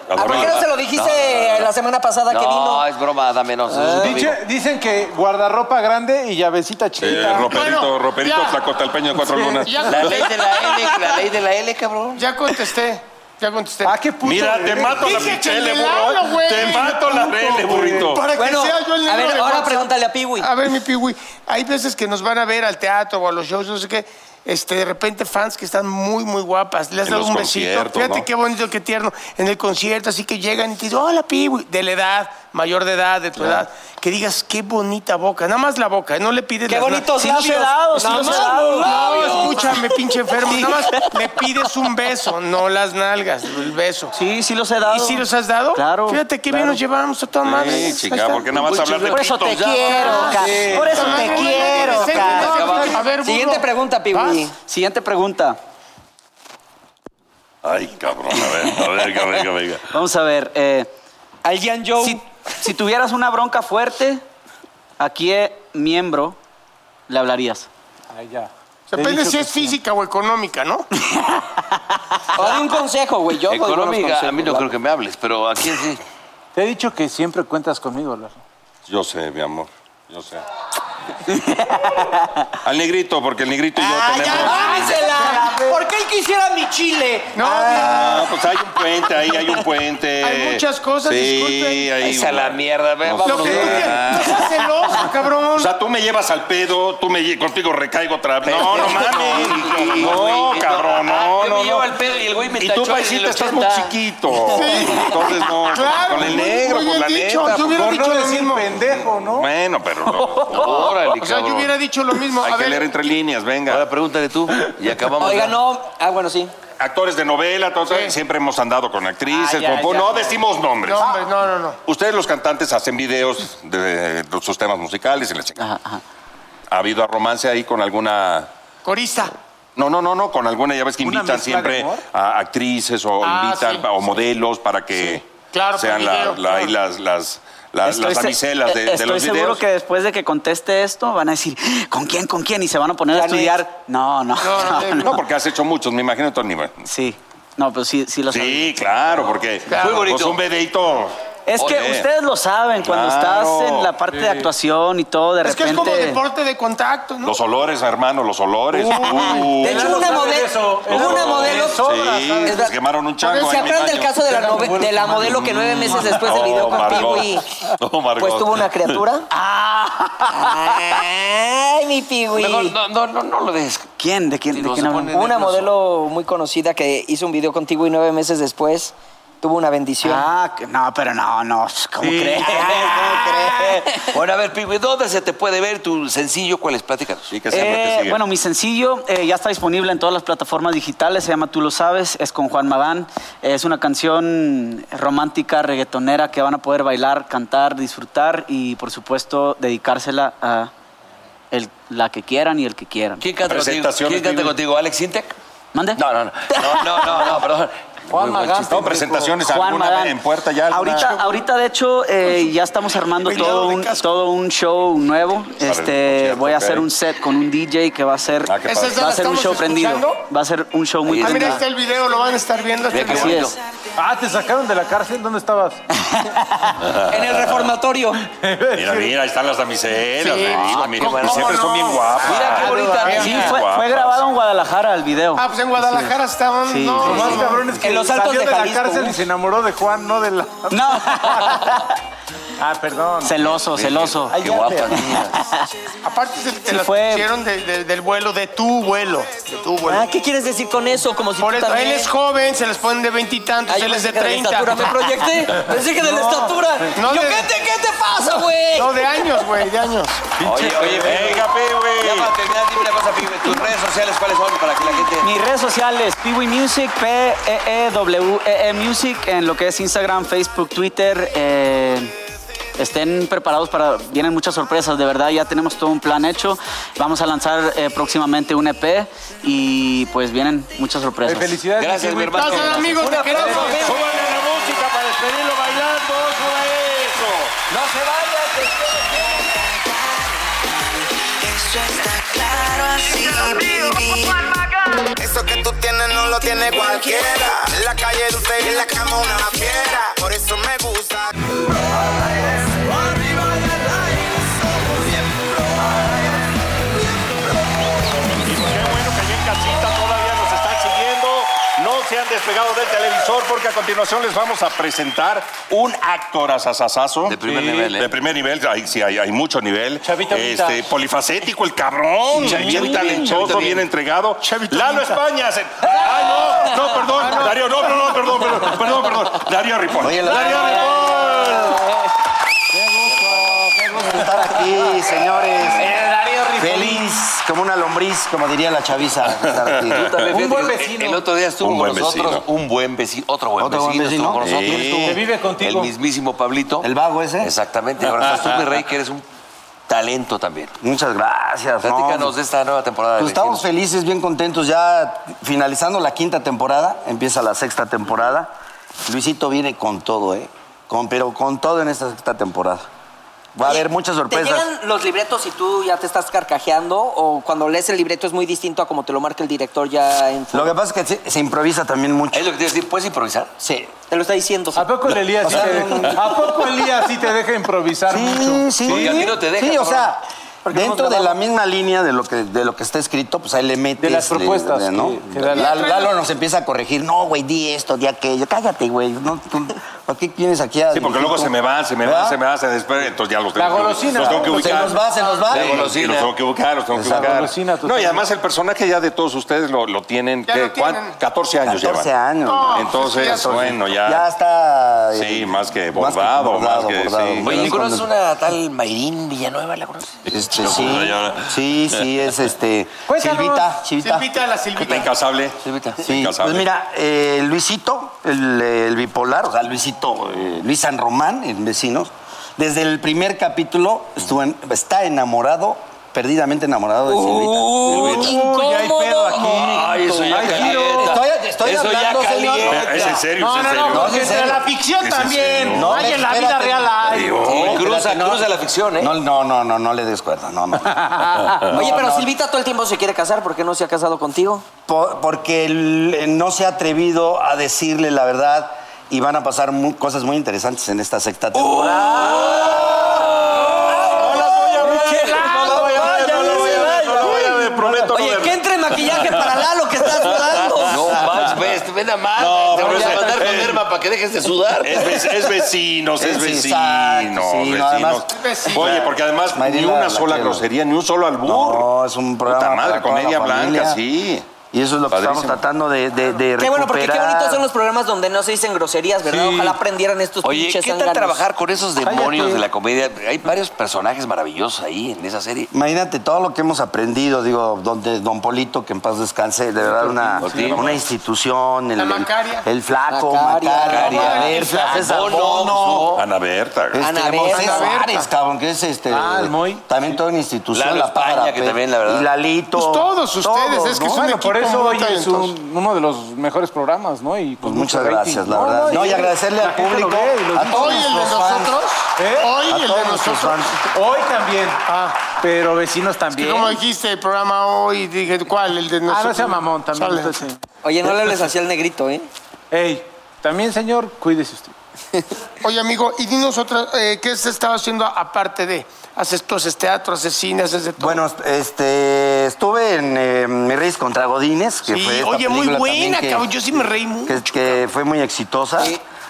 S9: Ah, ¿Por qué no se lo dijiste la semana pasada
S2: no,
S9: que vino?
S2: es broma, Adame, no.
S1: Ah, dice- dicen que guardarropa grande y llavecita chiquita.
S4: Eh, roperito,
S5: Bueno,
S4: roperito,
S5: ya.
S4: Tlacotalpeño de cuatro
S5: Sí,
S4: lunas.
S5: ya-
S2: La ley de la L, la ley de la L, cabrón.
S5: Ya contesté. Ya contesté.
S1: Ah, qué puto.
S4: Mira, te
S1: eres.
S4: mato la
S5: Dije
S4: pinche
S5: que
S4: L,
S5: me
S4: burro.
S5: la hablo, güey.
S4: Te mato la L, burrito.
S5: Para que
S9: Bueno,
S5: sea yo el
S9: a
S5: negro
S9: ver,
S5: de
S9: ahora
S5: WhatsApp.
S9: pregúntale a Piwi.
S5: A ver, mi piwi, hay veces que nos van a ver al teatro o a los shows, no sé qué. Este, de repente fans que están muy, muy guapas. Le has
S4: En
S5: dado
S4: los
S5: un besito.
S4: conciertos,
S5: Fíjate
S4: ¿no?
S5: qué bonito, qué tierno. En el concierto, así que llegan y te dicen, hola, piwi. De la edad, mayor de edad, de tu edad. Que digas, qué bonita boca. Nada más la boca, ¿eh? no le pides
S9: Qué
S5: las-
S9: bonitos
S5: Sí, los
S9: labios,
S5: helados, sí,
S9: nada
S5: los
S9: más
S5: helados.
S9: los labios.
S5: No, escúchame, pinche enfermo. Nada más le pides un beso, no las nalgas, el beso.
S3: Sí, sí los he dado.
S5: ¿Y si los has dado?
S3: Claro,
S5: Fíjate qué bien
S3: claro.
S5: nos llevamos a toda madre. Ahí
S4: Sí, chica,
S5: está.
S4: porque nada más hablar de
S3: Por eso te
S4: pitos, ya.
S3: quiero, ca- Por eso
S5: Ah,
S3: te
S5: no, no, no,
S3: quiero,
S5: no, no,
S3: ca-
S5: no, no, no, A ver, burro.
S9: Siguiente pregunta, Piwi.
S3: Siguiente pregunta.
S4: Ay, cabrón, a ver, a ver, venga, venga, venga.
S3: Vamos a ver. eh,
S9: Al Gian Joe.
S3: si, si tuvieras una bronca fuerte, ¿a qué miembro le hablarías?
S1: Ay, ya. He
S5: Depende
S1: dicho
S5: si
S1: que
S5: es física o económica, ¿no?
S9: O de un consejo, güey. Yo doy buenos
S2: Económica, a
S9: consejos,
S2: mí no
S9: la-
S2: creo que me hables, pero aquí sí.
S1: Te he dicho que siempre cuentas conmigo, Lalo.
S4: Yo sé, mi amor, yo sé. Al negrito, porque el negrito y yo
S5: Ah,
S4: tenemos...
S9: ¡Dámesela! ¿Por qué él quisiera mi chile?
S5: No,
S4: Ah, pues hay un puente, ahí hay un puente.
S5: Hay muchas cosas,
S4: sí,
S5: disculpen.
S4: Ahí,
S2: Esa la mierda, ve,
S4: No
S5: lo
S2: vámonos.
S5: que tú
S4: sé.
S5: quieras. No seas celoso,
S4: O
S5: cabrón.
S4: sea, tú me llevas al pedo, tú me lle- contigo recaigo otra vez. No, no mames.
S2: Y- y-
S4: No,
S2: y- y-
S4: cabrón,
S2: ah,
S4: no,
S2: yo
S4: no.
S2: me llevo
S4: no.
S2: al pedo y el güey me
S4: Y tú,
S2: tachó en el
S4: paisita, estás muy
S2: 80.
S4: chiquito.
S5: Sí.
S4: Entonces, no.
S5: Claro,
S4: con el
S5: muy-
S4: negro,
S5: muy
S4: con
S5: bien
S4: la
S5: dicho.
S4: neta.
S5: Yo hubiera
S4: por-
S5: dicho
S1: Por
S5: lo
S1: no decir
S5: mismo.
S1: pendejo, ¿no?
S4: Bueno, pero no.
S2: Órale,
S5: O sea, yo
S2: cabrón.
S5: hubiera dicho lo mismo.
S4: Hay
S5: A
S4: que leer
S5: ver,
S4: entre líneas, venga.
S2: Ahora pregúntale tú y acabamos.
S9: Oiga,
S2: ya.
S9: no. Ah, bueno, sí.
S4: Actores de novela, todo, todo,
S5: Sí.
S4: siempre hemos andado con actrices,
S9: Ah, ya,
S4: con-
S9: ya.
S4: no decimos nombres.
S5: no, hombre, no, no, no.
S4: Ustedes los cantantes hacen videos de de sus temas musicales y la chingada.
S3: Ajá, ajá.
S4: ¿Ha habido romance ahí con alguna
S5: Corista.
S4: No, no, no, no, con alguna, ya ves que
S1: ¿Una
S4: invitan
S1: mezcla de
S4: siempre
S1: humor?
S4: a actrices o
S5: Ah,
S4: invitan
S5: sí,
S4: pa- o modelos para que
S5: claro, para
S4: sean
S5: el
S4: la-
S5: video,
S4: la- ahí
S5: claro.
S4: las, las, las, las
S3: se-
S4: damiselas de,
S3: eh,
S4: de
S3: estoy
S4: los
S3: seguro
S4: videos.
S3: que después de que conteste esto van a decir, ¿con quién, con quién? Y se van a poner a
S9: Ya no
S3: estudiar. No, no,
S5: No,
S3: no.
S5: no,
S4: No, porque has hecho muchos, me imagino, Tony. bueno.
S3: Sí. No, pues sí, sí lo saben.
S4: Sí, claro, porque
S5: Claro.
S4: Muy bonito. pues un vedeito.
S3: Es que
S4: Oye.
S3: ustedes lo saben, cuando
S4: Claro.
S3: estás en la parte de actuación y todo, de
S5: Es que
S3: repente...
S5: es como deporte de contacto, ¿no?
S4: Los olores, hermano, los olores. Uh.
S9: De hecho, una
S1: no sabe
S9: modelo.
S1: eso.
S4: Los
S9: Hubo una
S4: olores.
S9: modelo.
S4: Sí, pues
S9: verdad.
S4: quemaron un chango.
S9: ¿Se
S4: ahí en mi
S9: acuerdan del
S4: baño.
S9: caso de la, nove- de la modelo que nueve meses después del video
S4: No,
S9: con
S4: Margot.
S9: Piwi?
S4: No, Margot.
S9: Pues tuvo una criatura. ¡Ay, mi Piwi!
S2: Mejor no, no, no, no lo dejes.
S3: ¿Quién? ¿De quién,
S2: Sí,
S3: de
S2: no,
S3: quién
S2: se
S3: hablan?
S2: ponen-
S9: Una
S2: nervioso.
S9: modelo muy conocida que hizo un video contigo y nueve meses después tuvo una bendición.
S3: Ah, que- no, pero no, no, ¿cómo crees?
S9: Ah.
S2: Bueno, a ver, Piwi, ¿dónde se te puede ver tu sencillo? ¿Cuál es? Platícanos.
S4: Sí, que siempre
S3: Eh,
S4: te sigue.
S3: bueno, mi sencillo eh, ya está disponible en todas las plataformas digitales, se llama Tú lo sabes, es con Juan Magán, es una canción romántica, reggaetonera que van a poder bailar, cantar, disfrutar y por supuesto dedicársela a el- la que quieran y el que quieran.
S2: ¿Quién canta contigo?
S4: Presentaciones,
S2: ¿Quién canta
S4: Piwi.
S2: contigo? ¿Alex Intec?
S3: ¿Mande?
S2: No, no, no. No, no, no, no, perdón.
S1: Juan
S2: Muy buen
S1: Magán.
S2: chiste.
S4: No, presentaciones
S3: Juan
S4: alguna
S3: Magán.
S4: vez en puerta ya. alguna-
S3: Ahorita, ah, ahorita de hecho, eh, ya estamos armando
S5: Peinado
S3: todo
S5: de
S3: un,
S5: casco.
S3: todo un show nuevo.
S4: ver,
S3: Este,
S4: concierto,
S3: voy a
S4: ok.
S3: hacer un set con un DJ que va a ser,
S4: Ah, qué
S5: Esa
S4: padre.
S5: es la-
S3: va a ser un
S5: estamos
S3: show prendido.
S5: escuchando.
S3: Va a ser un show muy
S2: Ahí
S5: Ah, mira,
S3: prendido.
S5: ahí está el video, lo van a estar viendo. hasta
S4: este
S2: Mira
S5: el
S2: qué
S5: video.
S3: Así
S2: bonito.
S3: es.
S1: Ah, te sacaron de la cárcel. ¿Dónde estabas?
S9: En el reformatorio.
S4: Mira, mira, ahí están las damiselas.
S5: Sí.
S4: le digo, mira,
S5: ¿cómo
S4: siempre
S5: no?
S4: son bien guapas.
S2: Mira qué bonita.
S3: Sí,
S4: Mira,
S3: fue,
S4: guapas.
S3: fue grabado en Guadalajara el video.
S5: Ah, pues en Guadalajara estaban.
S3: Sí,
S5: no,
S3: sí,
S1: Lo
S5: no,
S1: más
S5: no.
S1: cabrón es que
S9: En los altos
S1: salió
S9: de
S1: de, la
S9: Jalisco,
S1: cárcel
S9: ¿no?
S1: y se enamoró de Juan, no de la...
S3: No,
S1: Ah, perdón.
S3: celoso, celoso.
S2: Qué guapa, niña.
S5: Aparte se te
S3: Sí,
S5: las
S3: fue-
S5: pusieron de- de- del vuelo, de tu vuelo. De tu vuelo.
S9: Ah, ¿Qué quieres decir con eso? Como si
S5: Por
S9: tú
S5: eso,
S9: también...
S5: él es joven, se les ponen de veintitantos,
S9: Ay, yo
S5: él es de
S9: pensé que la
S5: treinta.
S9: estatura, me proyecté. Pensé que de la estatura.
S5: no
S9: Yo,
S5: de-
S9: ¿qué, te, ¿Qué te pasa, güey?
S5: No, de años, güey, de años.
S2: Oye, oye,
S4: Venga,
S2: Ya para
S4: Pepe.
S2: terminar, dime una cosa, Piwi. ¿Tus redes sociales cuáles son para que la gente...
S3: Mis redes sociales, Peewee Music, P-E-E-W-E-E Music, en lo que es Instagram, Facebook, Twitter. eh, estén preparados para. Vienen muchas sorpresas, de verdad, ya tenemos todo un plan hecho. Vamos a lanzar eh, próximamente un EP y pues vienen muchas sorpresas.
S1: Felicidades.
S2: Gracias, mi
S1: Piwi.
S2: hermano.
S5: Gracias, amigos, te queremos.
S4: Súbale la música para despedirlo bailando. Suba eso.
S2: No
S15: Eso está claro.
S2: se vayan, te
S16: así, baby. Eso que tú tienes no lo tiene cualquiera. En la calle de usted en la cama una fiera. Por eso me gusta.
S17: en casita todavía nos están siguiendo. No se han despegado del televisor porque a continuación les vamos a presentar un actor asasasazo.
S4: De primer nivel, ¿eh? De primer nivel, hay, sí, hay, hay mucho nivel. este, polifacético, el cabrón.
S17: Chavita
S4: bien
S17: bien,
S4: talentoso,
S17: chavita
S4: bien.
S17: bien.
S4: entregado.
S17: Lalo
S4: Lalo
S17: España.
S4: España.
S17: se- ¡Ah, no! No, perdón. Darío, no, no, no, perdón, perdón, perdón, perdón. Darío Ripoll. Darío
S2: estar aquí, señores. Feliz como una lombriz, como diría la chaviza. estar aquí.
S13: Un buen vecino. El otro día estuvo
S2: Un
S13: con
S2: buen
S13: nosotros
S2: vecino.
S13: un buen vecino, otro buen
S2: ¿Otro buen
S13: vecino, estuvo con
S2: vecino?
S13: nosotros.
S2: Sí.
S13: estuvo
S2: Que vive contigo.
S13: El mismísimo Pablito. El vago ese. Exactamente. Ahora estás tú, mi rey, que eres un talento también.
S2: Muchas gracias. ¿no?
S13: Platícanos de esta nueva temporada. de
S2: Pues estamos felices, bien contentos. Ya finalizando la quinta temporada, empieza la sexta temporada. Luisito viene con todo, ¿eh? Con, pero con todo en esta sexta temporada. Va a haber muchas
S3: ¿Te
S2: sorpresas.
S3: llegan los libretos y tú ya te estás carcajeando? ¿O cuando lees el libreto es muy distinto a como te lo marca el director ya en
S2: Lo que pasa es que se, se improvisa también mucho.
S13: Es lo que te decir, ¿puedes improvisar?
S2: Sí.
S3: Te lo está diciendo. ¿A
S1: poco el Elías sí te deja, ¿A poco Elías sí te deja improvisar mucho?
S2: Sí, Sí, o sea, dentro de la misma línea de lo que de lo que está escrito, pues ahí le metes.
S1: De las
S2: le-
S1: propuestas
S2: le- ¿no?
S1: que- que da la-
S2: Lalo, Lalo nos empieza a corregir. No, güey, di esto, di aquello. Cállate, güey. No, tú- ¿Por qué tienes aquí a.?
S4: Sí, porque luego se me van, se me
S2: ¿Verdad?
S4: van, se me van, se despega, entonces ya los tengo
S2: La
S4: que-
S2: golosina.
S4: Los tengo que
S2: Se
S4: ubicar.
S2: nos va, se nos va.
S4: La
S2: Sí,
S4: golosina.
S2: la-
S4: Los tengo que ubicar, los tengo que
S2: Esa
S4: ubicar.
S2: golosina
S4: no, y
S2: totalmente.
S4: además el personaje ya de todos ustedes lo, lo tienen,
S2: Ya
S4: ¿qué?
S2: lo tienen.
S4: ¿Cuán? 14 años
S2: 14
S4: llevan.
S2: años.
S4: Entonces,
S2: Ya son-
S4: bueno, ya.
S2: Ya está. eh,
S4: Ah. Sí, más que bordado, más
S2: bordado,
S4: que.
S2: bordado.
S4: sí.
S13: Oye, ¿y
S4: Sí,
S13: conoces una tal Mayrín Villanueva? ¿La conoces?
S2: Este,
S4: No,
S2: sí,
S4: pues, ya-
S2: sí, sí, es este.
S4: Cuéntanos.
S2: Silvita, Silvita.
S5: Silvita, la Silvita.
S4: Incansable.
S2: Sí,
S4: Incansable.
S2: pues mira, eh, Luisito, el, eh, el bipolar, o sea, Luisito, eh, Luis San Román, el vecino, desde el primer capítulo estuvo en- está enamorado, perdidamente enamorado de Silvita.
S16: Uy, hay pedo aquí.
S2: Ay, eso ya calienta. Estoy- estoy hablando, señor.
S4: Pero Es en serio,
S5: No,
S4: es en
S5: no,
S4: serio.
S5: no, porque
S4: Es en
S5: entre la
S4: serio.
S5: ficción
S4: Es en
S5: también.
S4: serio.
S5: No, hay en la vida
S2: espérate.
S5: real hay.
S2: Digo, espérate, no.
S13: la ficción, ¿eh?
S2: No, no, no, no, no le des cuerda, no, no.
S13: Ah.
S3: Oye,
S2: No,
S3: pero
S2: no.
S3: Silvita todo el tiempo se quiere casar. ¿Por qué no se ha casado contigo?
S2: Po- porque el- eh, no se ha atrevido a decirle la verdad y van a pasar mu- cosas muy interesantes en esta sexta temporada.
S3: Oye, que entre maquillaje para Lalo que estás sudando.
S13: No, pues. Max, ves, ven a Max.
S4: No,
S13: te
S4: pero
S13: voy
S4: es-
S13: a mandar con
S4: eh,
S13: Derma para que dejes de sudar.
S4: Es, ve- es vecinos, es
S13: Sí,
S4: vecinos.
S2: exacto, sí, no,
S4: vecinos.
S2: además-
S4: Oye, porque además
S2: Mayra,
S4: ni
S2: la
S4: una sola
S2: quiero.
S4: grosería, ni un solo albur.
S2: No, es un programa.
S4: Puta madre,
S2: para toda la
S4: comedia
S2: familia.
S4: blanca, sí.
S2: Y eso es lo que
S4: Padrísimo.
S2: estamos tratando de, de, de
S3: Qué bueno, porque qué
S2: recuperar.
S3: bonitos son los programas donde no se dicen groserías, ¿verdad?
S13: Sí.
S3: Ojalá aprendieran estos
S13: Oye, ¿qué
S3: pinches
S13: tal
S3: zánganos.
S13: trabajar con esos demonios
S3: Cállate.
S13: de la comedia? Hay varios personajes maravillosos ahí en esa serie.
S2: Imagínate todo lo que hemos aprendido, digo, donde Don Polito, que en paz descanse, de verdad una,
S13: Ortiz.
S2: una institución, el,
S5: La
S2: el-
S5: Macaria.
S2: el flaco, Macaria,
S4: Macaria.
S2: Ana Berta, César Bono,
S4: Ana Berta.
S2: este, Moisés
S4: Ana Berta.
S2: Suárez, cabrón, que es este.
S1: Ah,
S2: También toda una institución,
S13: Lalo
S2: la
S13: España,
S2: Pájara,
S13: que
S2: Pe-
S13: también, la verdad.
S2: Y Lalito.
S5: Pues todos ustedes, es que
S2: ¿no?
S5: son
S2: Bueno,
S5: equipo
S2: por eso
S5: muy
S2: hoy es
S5: talentoso.
S2: un-
S1: uno de los mejores programas, ¿no? Y pues,
S2: Muchas
S1: mucho rating.
S2: gracias, la verdad. No, y agradecerle al
S1: la gente lo
S2: público,
S1: ve y lo
S2: a
S1: dice.
S2: todos Hoy el de nuestros fans. nosotros,
S5: hoy
S1: A
S5: el de
S1: todos nuestros
S5: nosotros.
S1: fans. Hoy también. Ah, pero vecinos
S5: Que
S1: también.
S5: como dijiste el programa hoy, dije, ¿cuál? El de
S1: Ah,
S5: nosotros.
S1: no sea mamón también.
S5: Sale.
S1: usted sí.
S3: Oye, no le hables así al negrito, ¿eh?
S1: Ey, también, señor, cuídese usted.
S5: Oye, amigo, y dinos otra, eh, ¿qué se estaba haciendo aparte de? Haces tú, haces teatro, haces cine, haces de todo.
S2: Bueno, este, estuve en eh, Mi Reyes contra Godines, que
S5: Sí,
S2: fue esta
S5: oye, muy
S2: película
S5: buena,
S2: también que-
S5: cabrón, yo sí me reí mucho.
S2: que, que fue muy exitosa.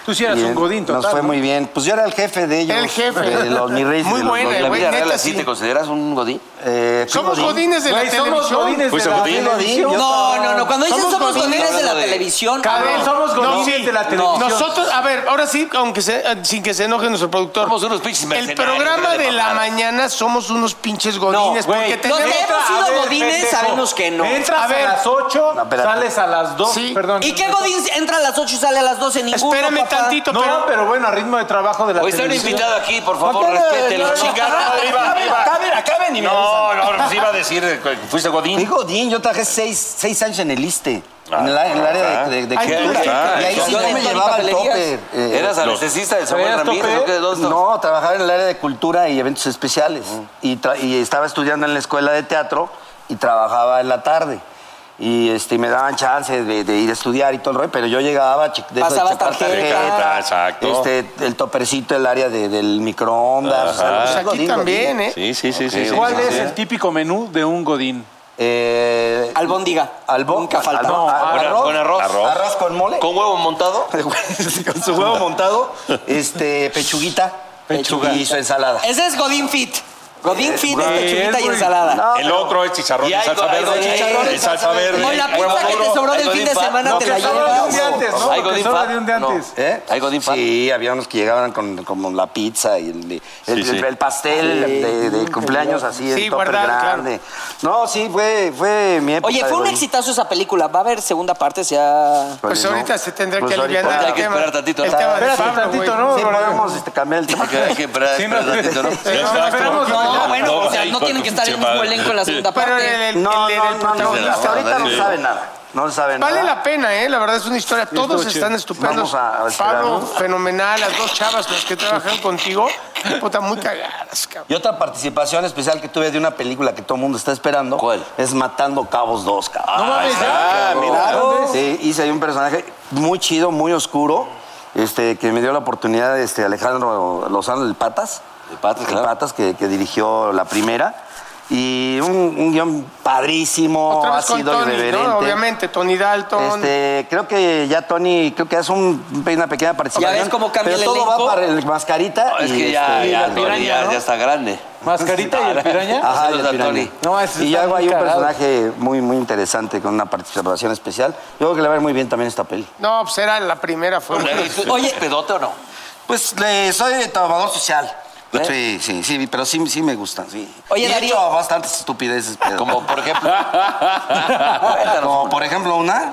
S1: Tú sí eras
S2: Y,
S1: un
S2: eh,
S1: godín total,
S2: Nos fue
S1: ¿no?
S2: muy bien. Pues yo era el jefe de ellos.
S5: El jefe.
S2: De los Mis Reyes.
S5: Muy
S2: de los
S5: buena,
S2: Godín.
S13: ¿En la
S5: güey,
S13: vida
S5: neta,
S13: real así
S5: sí.
S13: te consideras un godín?
S2: Eh, fui
S5: Somos
S2: godín.
S5: godines de la
S1: Güey, somos
S5: televisión.
S1: godines
S2: Pues,
S1: de
S5: Fuiste
S1: la
S5: godín.
S1: televisión.
S3: No, no, no. Cuando dices
S5: Somos
S3: somos,
S5: godines
S3: godines de la
S13: de-
S3: televisión.
S1: Cabrón,
S3: cabrón.
S1: somos godines de la
S2: Pues,
S1: televisión.
S5: Nosotros, a ver, ahora sí, aunque se- eh, sin que se enoje nuestro productor.
S13: Somos unos pinches
S5: El
S13: mercenarios,
S5: programa
S13: hijos de
S5: de la
S13: mamada.
S5: mañana somos unos pinches godines.
S1: güey,
S5: porque
S1: los
S5: tenemos...
S3: que hemos sido
S1: A ver,
S3: godines
S1: pendejo.
S3: sabemos que no.
S1: Entras
S5: A
S1: a,
S5: ver.
S1: las 8,
S2: No, espérate.
S1: sales a las 2.
S5: Sí.
S1: Perdón.
S3: ¿Y qué godín entra a las 8 y sale a las 12? Ninguno,
S5: Espérame
S3: papá.
S5: tantito,
S1: No,
S5: pero...
S1: pero bueno, a ritmo de trabajo de la
S13: Hoy está un
S1: televisión.
S13: invitado aquí, por favor,
S1: No, no,
S13: respétenlo.
S1: no, no,
S13: chingada.
S1: no,
S13: Arriba, arriba.
S2: acaben y me
S4: No, no, pues iba a decir, ¿fuiste
S2: avisan. Fui
S4: Godín?
S2: godín, yo traje seis, seis años en el ISTE. en, el, en el área de, de, de
S4: Ay,
S2: cultura.
S4: ahí está,
S2: Y ahí sí
S13: ahí está.
S2: no me llevaba el tope. eh,
S13: ¿Eras anestesista de Samuel
S1: ¿Eras
S13: Ramírez
S1: tope?
S13: o qué? ¿Dónde estás?
S2: No, trabajaba en el área de cultura y eventos especiales. Y, tra- y estaba estudiando en la escuela de teatro y trabajaba en la tarde. Y este, me daban chance de, de ir a estudiar y todo el rollo, pero yo llegaba che- de eso de
S3: Pasabas
S2: checar
S3: tarjeta.
S2: tarjeta,
S4: Exacto.
S2: este, el topercito, el área de- del microondas. o sea,
S4: Ajá.
S2: algo digo,
S3: ¿eh?
S2: digo.
S5: ¿eh?
S4: Sí, sí, sí.
S2: Ok,
S4: sí, sí,
S2: ¿cuál
S4: sí,
S2: es
S4: sí.
S2: el
S1: típico menú de un godín?
S2: Eh,
S3: albóndiga.
S2: Albón,
S3: Nunca falta.
S2: albón-
S3: No,
S2: a-
S3: con-
S2: arroz,
S3: con arroz.
S2: Arroz con mole.
S13: ¿Con huevo montado?
S2: con su huevo montado, este, pechuguita. Pechuga. Y su ensalada.
S3: Ese es Godín Fit. Godín Fit es
S2: güey,
S3: pechuguita
S2: es
S3: y
S2: muy-
S3: ensalada.
S2: No,
S17: El otro es chicharrón
S13: Y
S17: de
S13: hay
S17: salsa
S13: go- hay
S17: verde.
S13: godín,
S17: Chicharrón de
S13: hay
S17: salsa
S13: godín
S17: verde.
S13: fat. Oye, la
S17: huevo
S3: pizza que te
S17: duro.
S3: sobró
S13: Hay
S3: del fin
S13: godín
S3: de
S13: fat.
S3: semana
S13: No,
S3: te
S13: que
S3: la
S13: sobra
S3: llevas.
S13: de un día antes, ¿no?
S3: Hay
S13: Que
S3: Godín
S13: sobra
S3: Fat.
S13: de un día
S3: No.
S13: antes.
S2: ¿Eh?
S13: ¿Hay Godín Fat?
S2: Sí, había unos que llegaban con, como la pizza y el, el- el-
S13: sí.
S2: el pastel
S13: Sí.
S2: de, de cumpleaños así,
S3: Sí,
S2: el topper
S3: guardado, claro.
S2: grande. No, sí, fue, fue mi época.
S3: Oye, fue un exitazo esa película. ¿Va a haber segunda parte? Si ya...
S2: Pues Híjole, ahorita no. se tendrá que aliviar
S3: aliviar
S2: el tema.
S3: El tema de Pablo, güey.
S2: Sí, podemos este, cambiar el tema.
S13: Hay que- hay que esperar-
S2: Sí,
S13: esperar tantito, ¿no? Sí, exacto.
S3: No, Ah, bueno,
S13: No,
S3: o sea,
S13: ahí
S3: no
S13: con-
S3: tienen que estar en el
S13: pinche
S3: mismo
S13: madre.
S3: elenco en la segunda parte.
S2: no, no, no, no,
S3: protagonista.
S2: hasta ahorita no
S13: Sí.
S2: sabe nada. No sabe
S5: Vale
S2: nada.
S5: la pena, ¿eh? La verdad es una historia.
S2: Estuvo
S5: Todos
S2: chido.
S5: están estupendos.
S2: Vamos a- a esperar,
S5: Pablo,
S2: ¿no?
S5: fenomenal. Las dos chavas, las que trabajan contigo, puta, muy cagadas, cabrón.
S2: Y otra participación especial que tuve de una película que todo el mundo está esperando. Es Matando Cabos 2, cabrón.
S13: Ah,
S5: No mames,
S2: Ahí está,
S5: ya.
S2: cabrón.
S5: Ah, mira. ¿Dónde es?
S2: Sí, hice ahí un personaje muy chido, muy oscuro, este, que me dio la oportunidad este, Alejandro Lozano del Patas. El Patas, Patas, que, que dirigió la primera. Y un, un guión padrísimo,
S5: Otra vez con
S2: ácido,
S5: Tony,
S2: irreverente.
S5: ¿no? Obviamente, Tony Dalton.
S2: Este, creo que ya Tony, creo que hace un- una pequeña participación.
S5: Ya ves cómo cambia
S2: pero
S5: el
S2: todo
S5: elenco.
S2: va para el mascarita.
S13: No, es
S2: y
S13: que ya,
S2: este,
S13: ya,
S2: y la
S13: Tony,
S2: piraña,
S13: ya,
S2: ¿no?
S13: ya está grande.
S2: ¿Mascarita y el piraña? Ajá, y el
S13: Saludos a
S2: piraña.
S13: Tony.
S2: y yo hago ahí un personaje muy, muy interesante con una participación especial. Yo creo que le va a ir muy bien también esta peli.
S5: No, pues era la primera. Fue
S2: Oye, ¿pedote o no? Pues le- soy de trabajador social.
S5: ¿Eh?
S2: Sí, sí, sí, pero sí, sí me gustan, sí.
S3: Oye,
S2: y he
S3: Darío.
S2: hecho bastantes estupideces, pero... Como por ejemplo... Como por ejemplo una...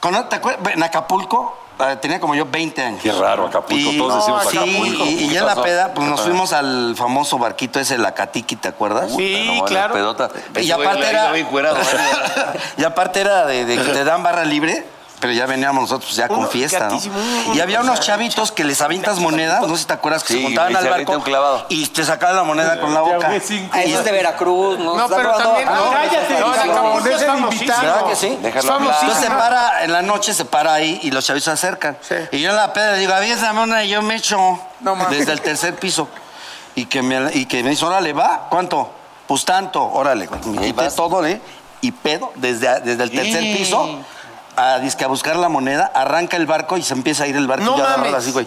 S2: Con, ¿Te acuerdas? En Acapulco, eh, tenía como yo 20 años.
S4: Qué raro, Acapulco. Todos decimos
S2: sí,
S4: Acapulco.
S2: y, y
S4: ¿Qué
S2: ya en la
S4: pasó?
S2: peda, pues nos
S4: Ajá.
S2: fuimos al famoso barquito ese, la Catiqui, ¿te acuerdas?
S4: Sí, Puta, no, claro. la pedota.
S2: Y
S4: Ese güey
S2: aparte
S4: la
S2: era...
S4: hizo bien cuerado, ¿eh?
S2: y aparte era de, de que te dan barra libre, pero ya veníamos nosotros ya con
S4: Uno
S2: fiesta, ¿no?
S4: gatísimo.
S2: Y había unos chavitos que les avientas monedas, no sé si te acuerdas, que se
S13: Sí,
S2: juntaban
S13: güey,
S2: al
S13: se avienta un
S2: barco y te sacaban la moneda con la
S13: Ya,
S2: boca.
S13: güey, cinco.
S2: Y-
S3: Eso es de Veracruz, ¿no?
S2: No,
S3: Está
S2: pero
S3: probando-
S2: también-
S3: Ah,
S2: cállate,
S3: no,
S2: no,
S3: sí,
S2: la
S3: no.
S2: Acapulco es ¿Verdad que sí?
S3: Déjalo hablar.
S2: Entonces se para, en la noche se para ahí y los chavitos se acercan. Y yo en la peda le digo, aviéntame una y yo me echo desde el tercer piso. Y que me, y que me dice, órale, va, ¿cuánto? Pues tanto, órale, güey. Me quité todo, ¿eh? Y pedo desde, desde el tercer
S5: Sí.
S2: piso. A, dizque a buscar la moneda, arranca el barco y se empieza a ir el barco
S5: No
S2: y yo agarrado
S5: mames.
S2: así, güey.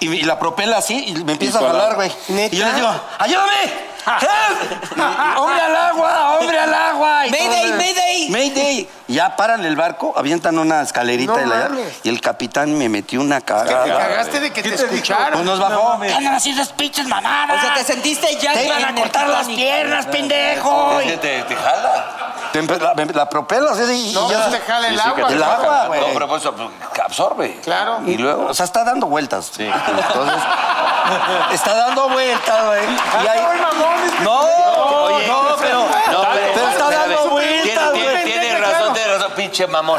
S2: Y, me- y la propela así y me empieza a
S5: ¿Y tú al
S2: jalar,
S5: lado?
S2: güey. Y
S5: ¿Neta?
S2: yo le digo, ¡ayúdame! ¡Hombre al agua! ¡Hombre al agua! Y
S3: Mayday,
S2: todo-
S3: Mayday.
S2: ¡Mayday! Ya paran el barco, avientan una escalerita
S5: No
S2: y, la-
S5: mames.
S2: y el capitán me metió una cagada.
S5: Te cagaste de que te, escucharon.
S2: Pues nos bajó.
S3: Andan haciendo esas pinches mamadas. O sea, te sentiste ya.
S2: Te iban a cortar las piernas, pendejo.
S13: Es que te, te jala.
S2: Te empe- la, me- la propelas ¿eh? y, y
S13: No,
S2: ya-
S13: pues te jala el agua,
S2: El
S13: güey.
S2: agua, güey.
S13: No, pero pues, absorbe.
S2: Claro.
S13: Y luego.
S2: O sea, está dando vueltas. Sí. Entonces, está dando vueltas, güey. Y ahí... No,
S13: Oye,
S2: no, pero...
S13: No,
S2: pero, está
S13: espérame.
S2: dando vueltas,
S13: Tiene- tiene-
S2: güey.
S13: Tiene razón, tiene razón, pinche mamón.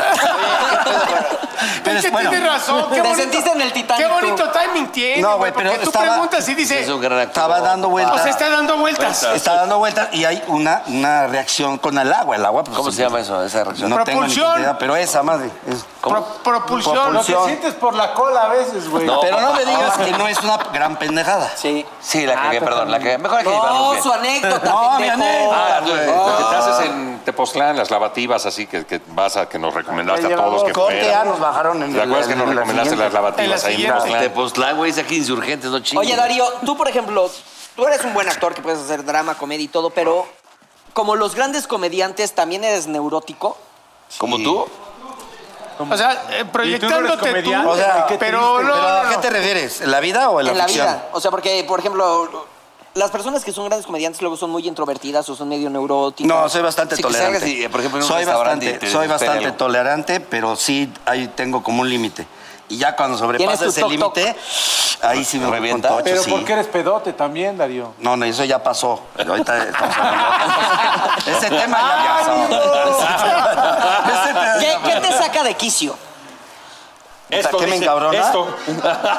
S2: Pero
S5: Es que
S2: bueno.
S5: tienes razón. Qué
S2: Te
S5: bonito,
S2: sentiste en el Titanic,
S5: Qué bonito timing tiene.
S2: No, güey, pero
S5: porque tú
S2: estaba-
S5: preguntas y dice.
S2: Es un gran actor. Estaba
S13: Ah,
S2: dando vueltas.
S5: O sea, está dando vueltas.
S2: Está dando vueltas y hay una, una reacción con el agua. El agua pues,
S13: ¿Cómo se llama eso, esa reacción?
S2: No
S5: Propulsión.
S2: tengo ni idea, pero esa madre. es-
S5: Pro- propulsión.
S2: Propulsión.
S5: Lo que sientes por la cola a veces, güey.
S2: No, pero no me digas Ah, que no es una gran pendejada.
S3: Sí.
S13: Sí, la cagué, perdón, la cagué. Mejor hay que llevarlo
S3: Ah, No,
S13: bien.
S3: su anécdota,
S2: No, mi
S3: pendejo.
S13: Ah,
S4: Ah,
S13: güey.
S4: lo que te haces en Tepoztlán, las lavativas así que, que vas a que nos recomendaste a todos que
S2: Corte
S4: fueran.
S2: A, nos bajaron en
S4: ¿Te acuerdas que nos recomendaste las lavativas ahí en Tepoztlán?
S13: Tepoztlán, güey, es aquí insurgentes, no chingues.
S3: Oye, Darío, tú, por ejemplo, tú eres un buen actor que puedes hacer drama, comedia y todo, pero como los grandes comediantes, ¿también eres neurótico?
S13: ¿Como tú?
S5: O sea, eh, proyectándote tú.
S2: O sea,
S5: pero
S2: pero
S5: no, no,
S2: ¿a qué
S5: no.
S2: te refieres? ¿En la vida o en la
S3: en la
S2: ficción?
S3: vida. O sea, porque, por ejemplo, las personas que son grandes comediantes luego son muy introvertidas o son medio neuróticas.
S2: No, soy bastante
S3: Sí, que salgas
S2: tolerante.
S3: y, eh, por ejemplo, en un
S2: soy
S3: restaurante y
S2: bastante,
S3: te
S2: soy
S3: desespera
S2: bastante
S3: algo.
S2: tolerante, pero sí ahí tengo como un límite. Y ya cuando
S1: ¿Tienes
S2: sobrepasa
S1: tu
S2: ese
S1: toc, toc?
S2: límite, ahí sí me voy con tocho,
S1: Pero
S2: sí.
S1: porque eres pedote también, Darío.
S2: No, no, eso ya pasó. Pero ahorita estamos hablando de otro. Ese tema ya pasó.
S3: ¿Qué, qué te saca de quicio?
S2: ¿Para
S17: Esto
S2: qué me
S17: dice,
S2: encabrona?
S17: Esto.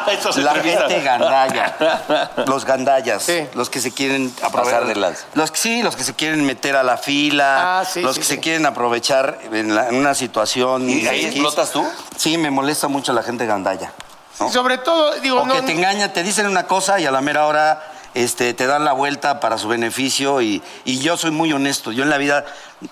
S17: Esto se
S2: La
S17: entrevista.
S2: gente gandalla. Los gandallas. Los que se quieren aprovechar.
S13: Pasar de lanza.
S2: Los que sí, los que se quieren meter a la fila.
S13: Ah, sí,
S2: los
S13: sí,
S2: que
S13: sí.
S2: se quieren aprovechar en, la- en una situación.
S13: ¿Y ahí
S2: X.
S13: explotas tú?
S2: Sí, me molesta mucho la gente gandalla. ¿no?
S5: Sobre todo, digo,
S2: o que te engañan, te dicen una cosa y a la mera hora este, te dan la vuelta para su beneficio. Y, y yo soy muy honesto. Yo en la vida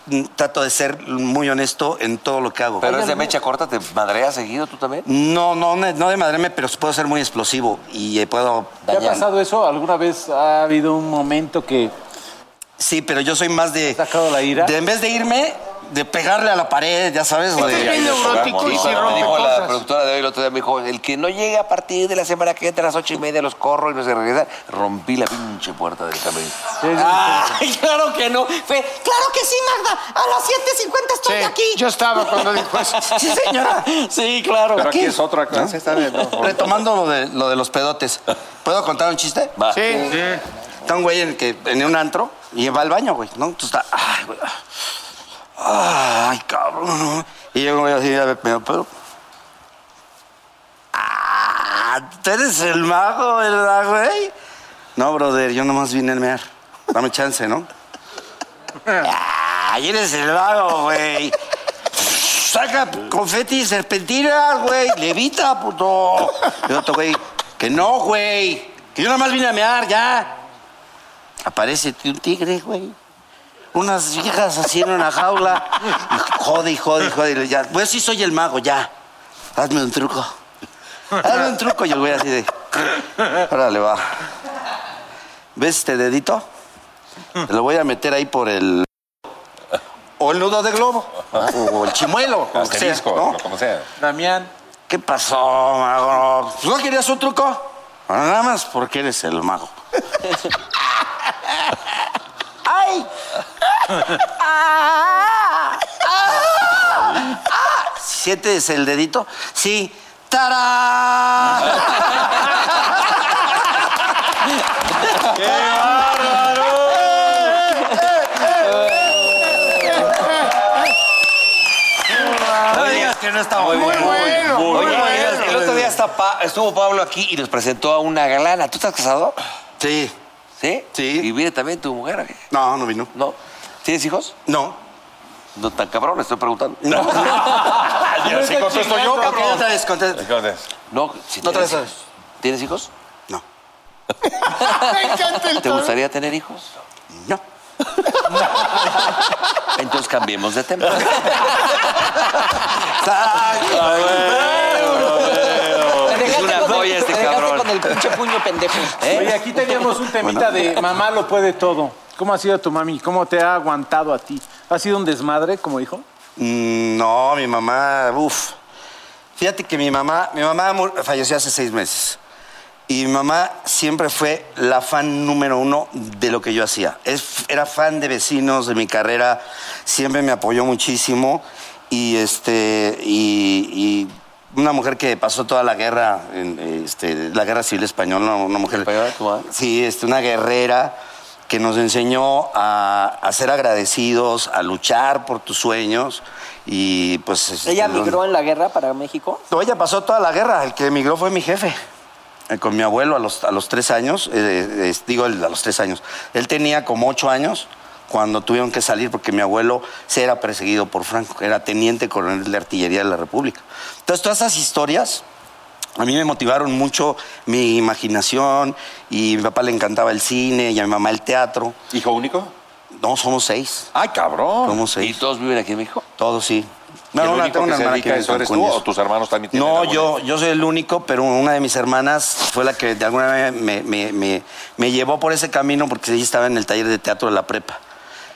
S2: mm, trato de ser muy honesto en todo lo que hago.
S13: Pero es de mecha corta, ¿te madreas seguido tú también?
S2: No, no, no no de madreme, pero puedo ser muy explosivo y eh, puedo
S1: ¿Te ha
S2: dañar.
S1: pasado eso? ¿Alguna vez ha habido un momento que...
S2: Sí, pero yo soy más de...
S1: ¿Sacado la ira?
S2: De- en vez de irme, de pegarle a la pared, ya sabes. o de-
S13: Sí, cuando me dijo la productora de hoy el otro día, me dijo, el que no llegue a partir de la semana que entra a las ocho y media los corro y no se regresa, rompí la pinche puerta del camión.
S2: Ah.
S3: Ay, claro que no. Fue, claro que sí, Magda. A las 7.50 estoy aquí.
S5: Yo estaba cuando dijo eso.
S3: Sí, señora. Sí, claro.
S2: Pero aquí es
S17: otra
S2: ¿no? Retomando lo de, lo de los pedotes, ¿puedo contar un chiste?
S13: Va.
S5: Sí. Sí.
S2: Está un güey en, que, en un antro y va al baño, güey, ¿no? Entonces está, ay, güey, ah, ay, cabrón, ¿no? Y llega un güey así, a ver, pero, pero, ah, tú eres el mago, ¿verdad, güey? No, brother, yo nomás vine a mear. Dame chance, ¿no? Ay, eres el vago, güey. Saca confeti y serpentinas, güey. Levita, puto. Y otro, güey, que no, güey. Que yo nada más vine a mear, ya. Aparece un tigre, güey. Unas viejas así en una jaula. Y jode, y jode, y jode. y le- Ya. Pues sí soy el mago, ya. Hazme un truco. Hazme un truco. Y el güey así de... Órale, va. ¿Ves este dedito? Te lo voy a meter ahí por el... O el nudo de globo. O el chimuelo. como sea,
S4: Asterisco,
S2: ¿no?
S4: o como sea.
S2: Damián. ¿Qué pasó, mago? ¿No querías un truco? Bueno, nada más porque eres el mago. ¡Ay! ¡Ah! ¡Ah! ¡Ah! ¿Sientes el dedito? Sí. ¡Tarán!
S16: ¡Qué bárbaro!
S2: No digas que no está muy bien.
S16: bueno, muy
S13: Oye,
S16: bueno.
S13: El otro día está Pa- estuvo Pablo aquí y nos presentó a una galana. ¿Tú estás casado?
S2: Sí.
S13: ¿Sí?
S2: Sí.
S13: ¿Y viene también tu mujer? o qué?
S2: No, no vino.
S13: ¿No? ¿Tienes hijos?
S2: No.
S13: No tan cabrón, estoy preguntando.
S2: Ya, sí contesto yo, cabrón. Ok, otra vez,
S13: No, si
S2: No, otra
S13: tienes,
S2: vez.
S13: ¿Tienes hijos?
S2: No.
S13: ¿Te gustaría tener hijos?
S2: No.
S13: Entonces cambiemos de tema.
S3: Es
S13: una joya este cabrón.
S3: con el pinche puño pendejo.
S1: Oye, aquí teníamos un temita de mamá lo puede todo. ¿Cómo ha sido tu mami? ¿Cómo te ha aguantado a ti? ¿Ha sido un desmadre, como dijo?
S2: Mm, No, mi mamá, uff. Fíjate que mi mamá, mi mamá mur- falleció hace seis meses. Y mi mamá siempre fue la fan número uno de lo que yo hacía. Es- era fan de vecinos, de mi carrera. Siempre me apoyó muchísimo. Y, este, y, y una mujer que pasó toda la guerra, en, este, la guerra civil española, una mujer. Sí, este, una guerrera que nos enseñó a, a ser agradecidos, a luchar por tus sueños. Y pues. este,
S3: Ella
S2: no-
S3: migró en la guerra para México.
S2: no, ella pasó toda la guerra. El que emigró fue mi jefe. Eh, Con mi abuelo a los, a los tres años, eh, eh, digo el- a los tres años. Él tenía como ocho años cuando tuvieron que salir porque mi abuelo se era perseguido por Franco, que era teniente coronel de artillería de la República. Entonces, todas esas historias a mí me motivaron mucho mi imaginación y a mi papá le encantaba el cine y a mi mamá el teatro.
S17: ¿Hijo único?
S2: No, somos seis.
S17: ¡Ay, cabrón!
S2: Somos seis.
S13: ¿Y todos viven aquí en México?
S2: Todos sí.
S17: ¿Y el único que se dedica a
S2: vive en
S17: eso eres
S2: Cancún
S17: tú
S2: y
S17: o
S2: eso.
S17: tus hermanos también tienen
S2: No,
S17: alguna?
S2: yo, yo soy el único, pero una de mis hermanas fue la que de alguna manera me, me- me- me llevó por ese camino porque ella estaba en el taller de teatro de la prepa.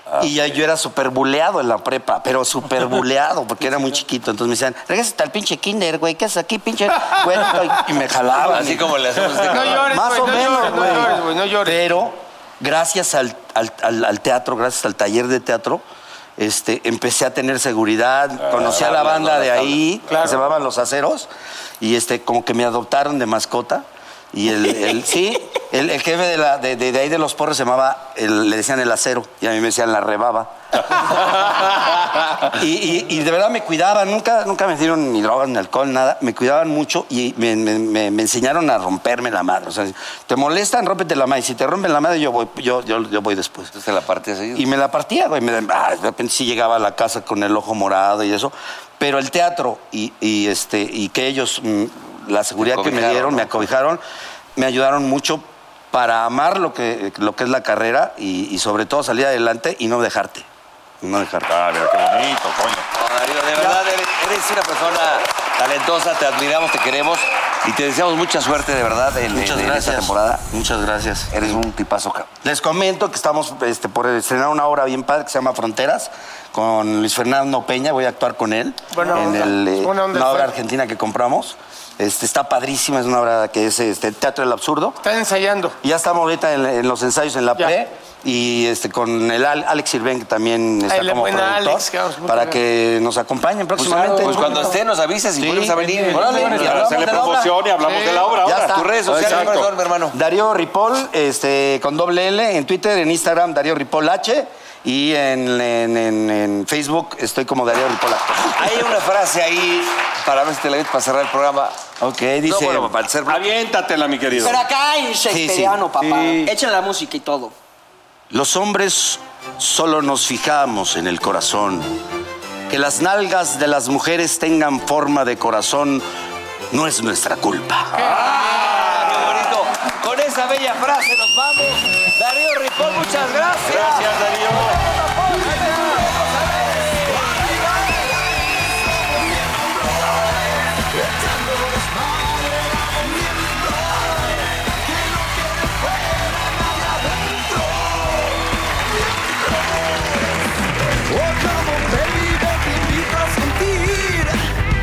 S13: Ah,
S2: y ya yo era súper buleado en la prepa, pero súper buleado porque era muy chiquito. Entonces me decían, regrésate al pinche kinder, güey, ¿qué haces aquí, pinche? güey?" y me jalaban.
S13: Así como le hacemos a este
S2: No
S13: cabrón.
S2: llores, Más
S13: güey,
S2: o
S13: no
S2: menos,
S13: llores, no
S2: güey.
S13: llores,
S2: Pero gracias al, al- al- al teatro, gracias al taller de teatro, este, empecé a tener seguridad, conocí a la
S13: tabla,
S2: banda
S13: ¿no? Ah, La
S2: de
S13: tabla.
S2: ahí, que se llamaban Los Aceros, y este, como que me adoptaron de mascota. Y el, el- sí, el, el jefe de, la- de- de- de ahí de los porros se llamaba, el- le decían el acero, y a mí me decían la rebaba. Y, y- y de verdad me cuidaban, nunca, nunca me dieron ni drogas, ni alcohol, nada. Me cuidaban mucho y me, me- me- me enseñaron a romperme la madre. O sea, te molestan, rómpete la madre. Si te rompen la madre, yo voy, yo, yo, yo voy después. Entonces
S18: te la partías ahí.
S2: Y me la partía, güey. Me, ah, de repente sí llegaba a la casa con el ojo morado y eso. Pero el teatro y, y, este, y que ellos, mm, la seguridad que me
S18: acobijaron,
S2: dieron,
S18: ¿no?
S2: me acobijaron, me ayudaron mucho para amar lo que, lo que es la carrera y, y sobre todo salir adelante y no dejarte. No dejarte.
S18: Ah,
S19: qué bonito, coño.
S20: No, Darío, de verdad, eres, eres una persona talentosa, te admiramos, te queremos y te deseamos mucha suerte, de verdad, en,
S2: Muchas
S20: en- en
S2: gracias.
S20: esta temporada.
S2: Muchas gracias.
S20: Eres un tipazo, cabrón.
S2: Les comento que estamos este, por estrenar una obra bien padre que se llama Fronteras con Luis Fernando Peña. Voy a actuar con él
S21: Buena
S2: en
S21: onda.
S2: el, eh,
S21: Buena onda
S2: una obra
S21: fue.
S2: argentina que compramos. Este, está padrísima, es una obra que es este, Teatro del Absurdo.
S21: Están ensayando.
S2: Y Ya estamos ahorita en, en los ensayos en la
S21: Ya.
S2: pre y este, con el Al- Alex Sirven que también está
S21: Ay, la
S2: como
S21: buena
S2: productor
S21: Alex, cabrón, muy
S2: para
S21: bien.
S2: que nos acompañen próximamente.
S20: pues cuando esté nos avisas y vuelves a venir. Órale,
S2: Y
S20: hacerle
S2: hablamos de la obra.
S20: promoción y hablamos de la obra
S2: Ya
S20: ahora.
S2: está.
S20: Tus redes sociales,
S2: Exacto.
S20: ¿cuáles son, mi hermano?
S2: Darío Ripoll, este, con doble L, en Twitter, en Instagram, Darío Ripoll H, y en, en- en- en Facebook estoy como Darío Ripoll H.
S20: Hay una frase ahí para ver si te la digo para cerrar el programa.
S2: Ok, dice...
S20: No, bueno, para ser...
S19: Aviéntatela, mi querido.
S22: Pero acá en shakespeareano,
S2: Sí, sí.
S22: papá.
S2: Sí.
S22: Echen la música y todo.
S2: Los hombres solo nos fijamos en el corazón. Que las nalgas de las mujeres tengan forma de corazón no es nuestra culpa.
S20: Ah, bonito. Con esa bella frase nos vamos. Darío Ripoll, muchas gracias. Gracias, Darío.
S4: Oh, como baby, te invito a sentir.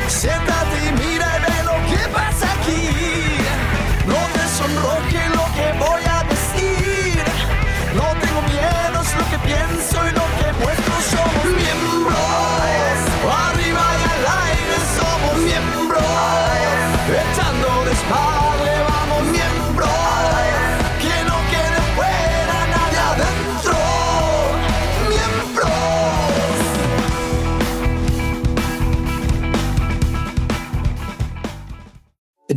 S4: Siéntate y mira y ve lo que pasa aquí. No te sonroje lo que voy a decir. No tengo miedo, es lo que pienso y lo que muestro. Somos miembros. Arriba y al aire somos miembros. Echando desmadre vamos miembros. Que no quede fuera nadie adentro. Miembros.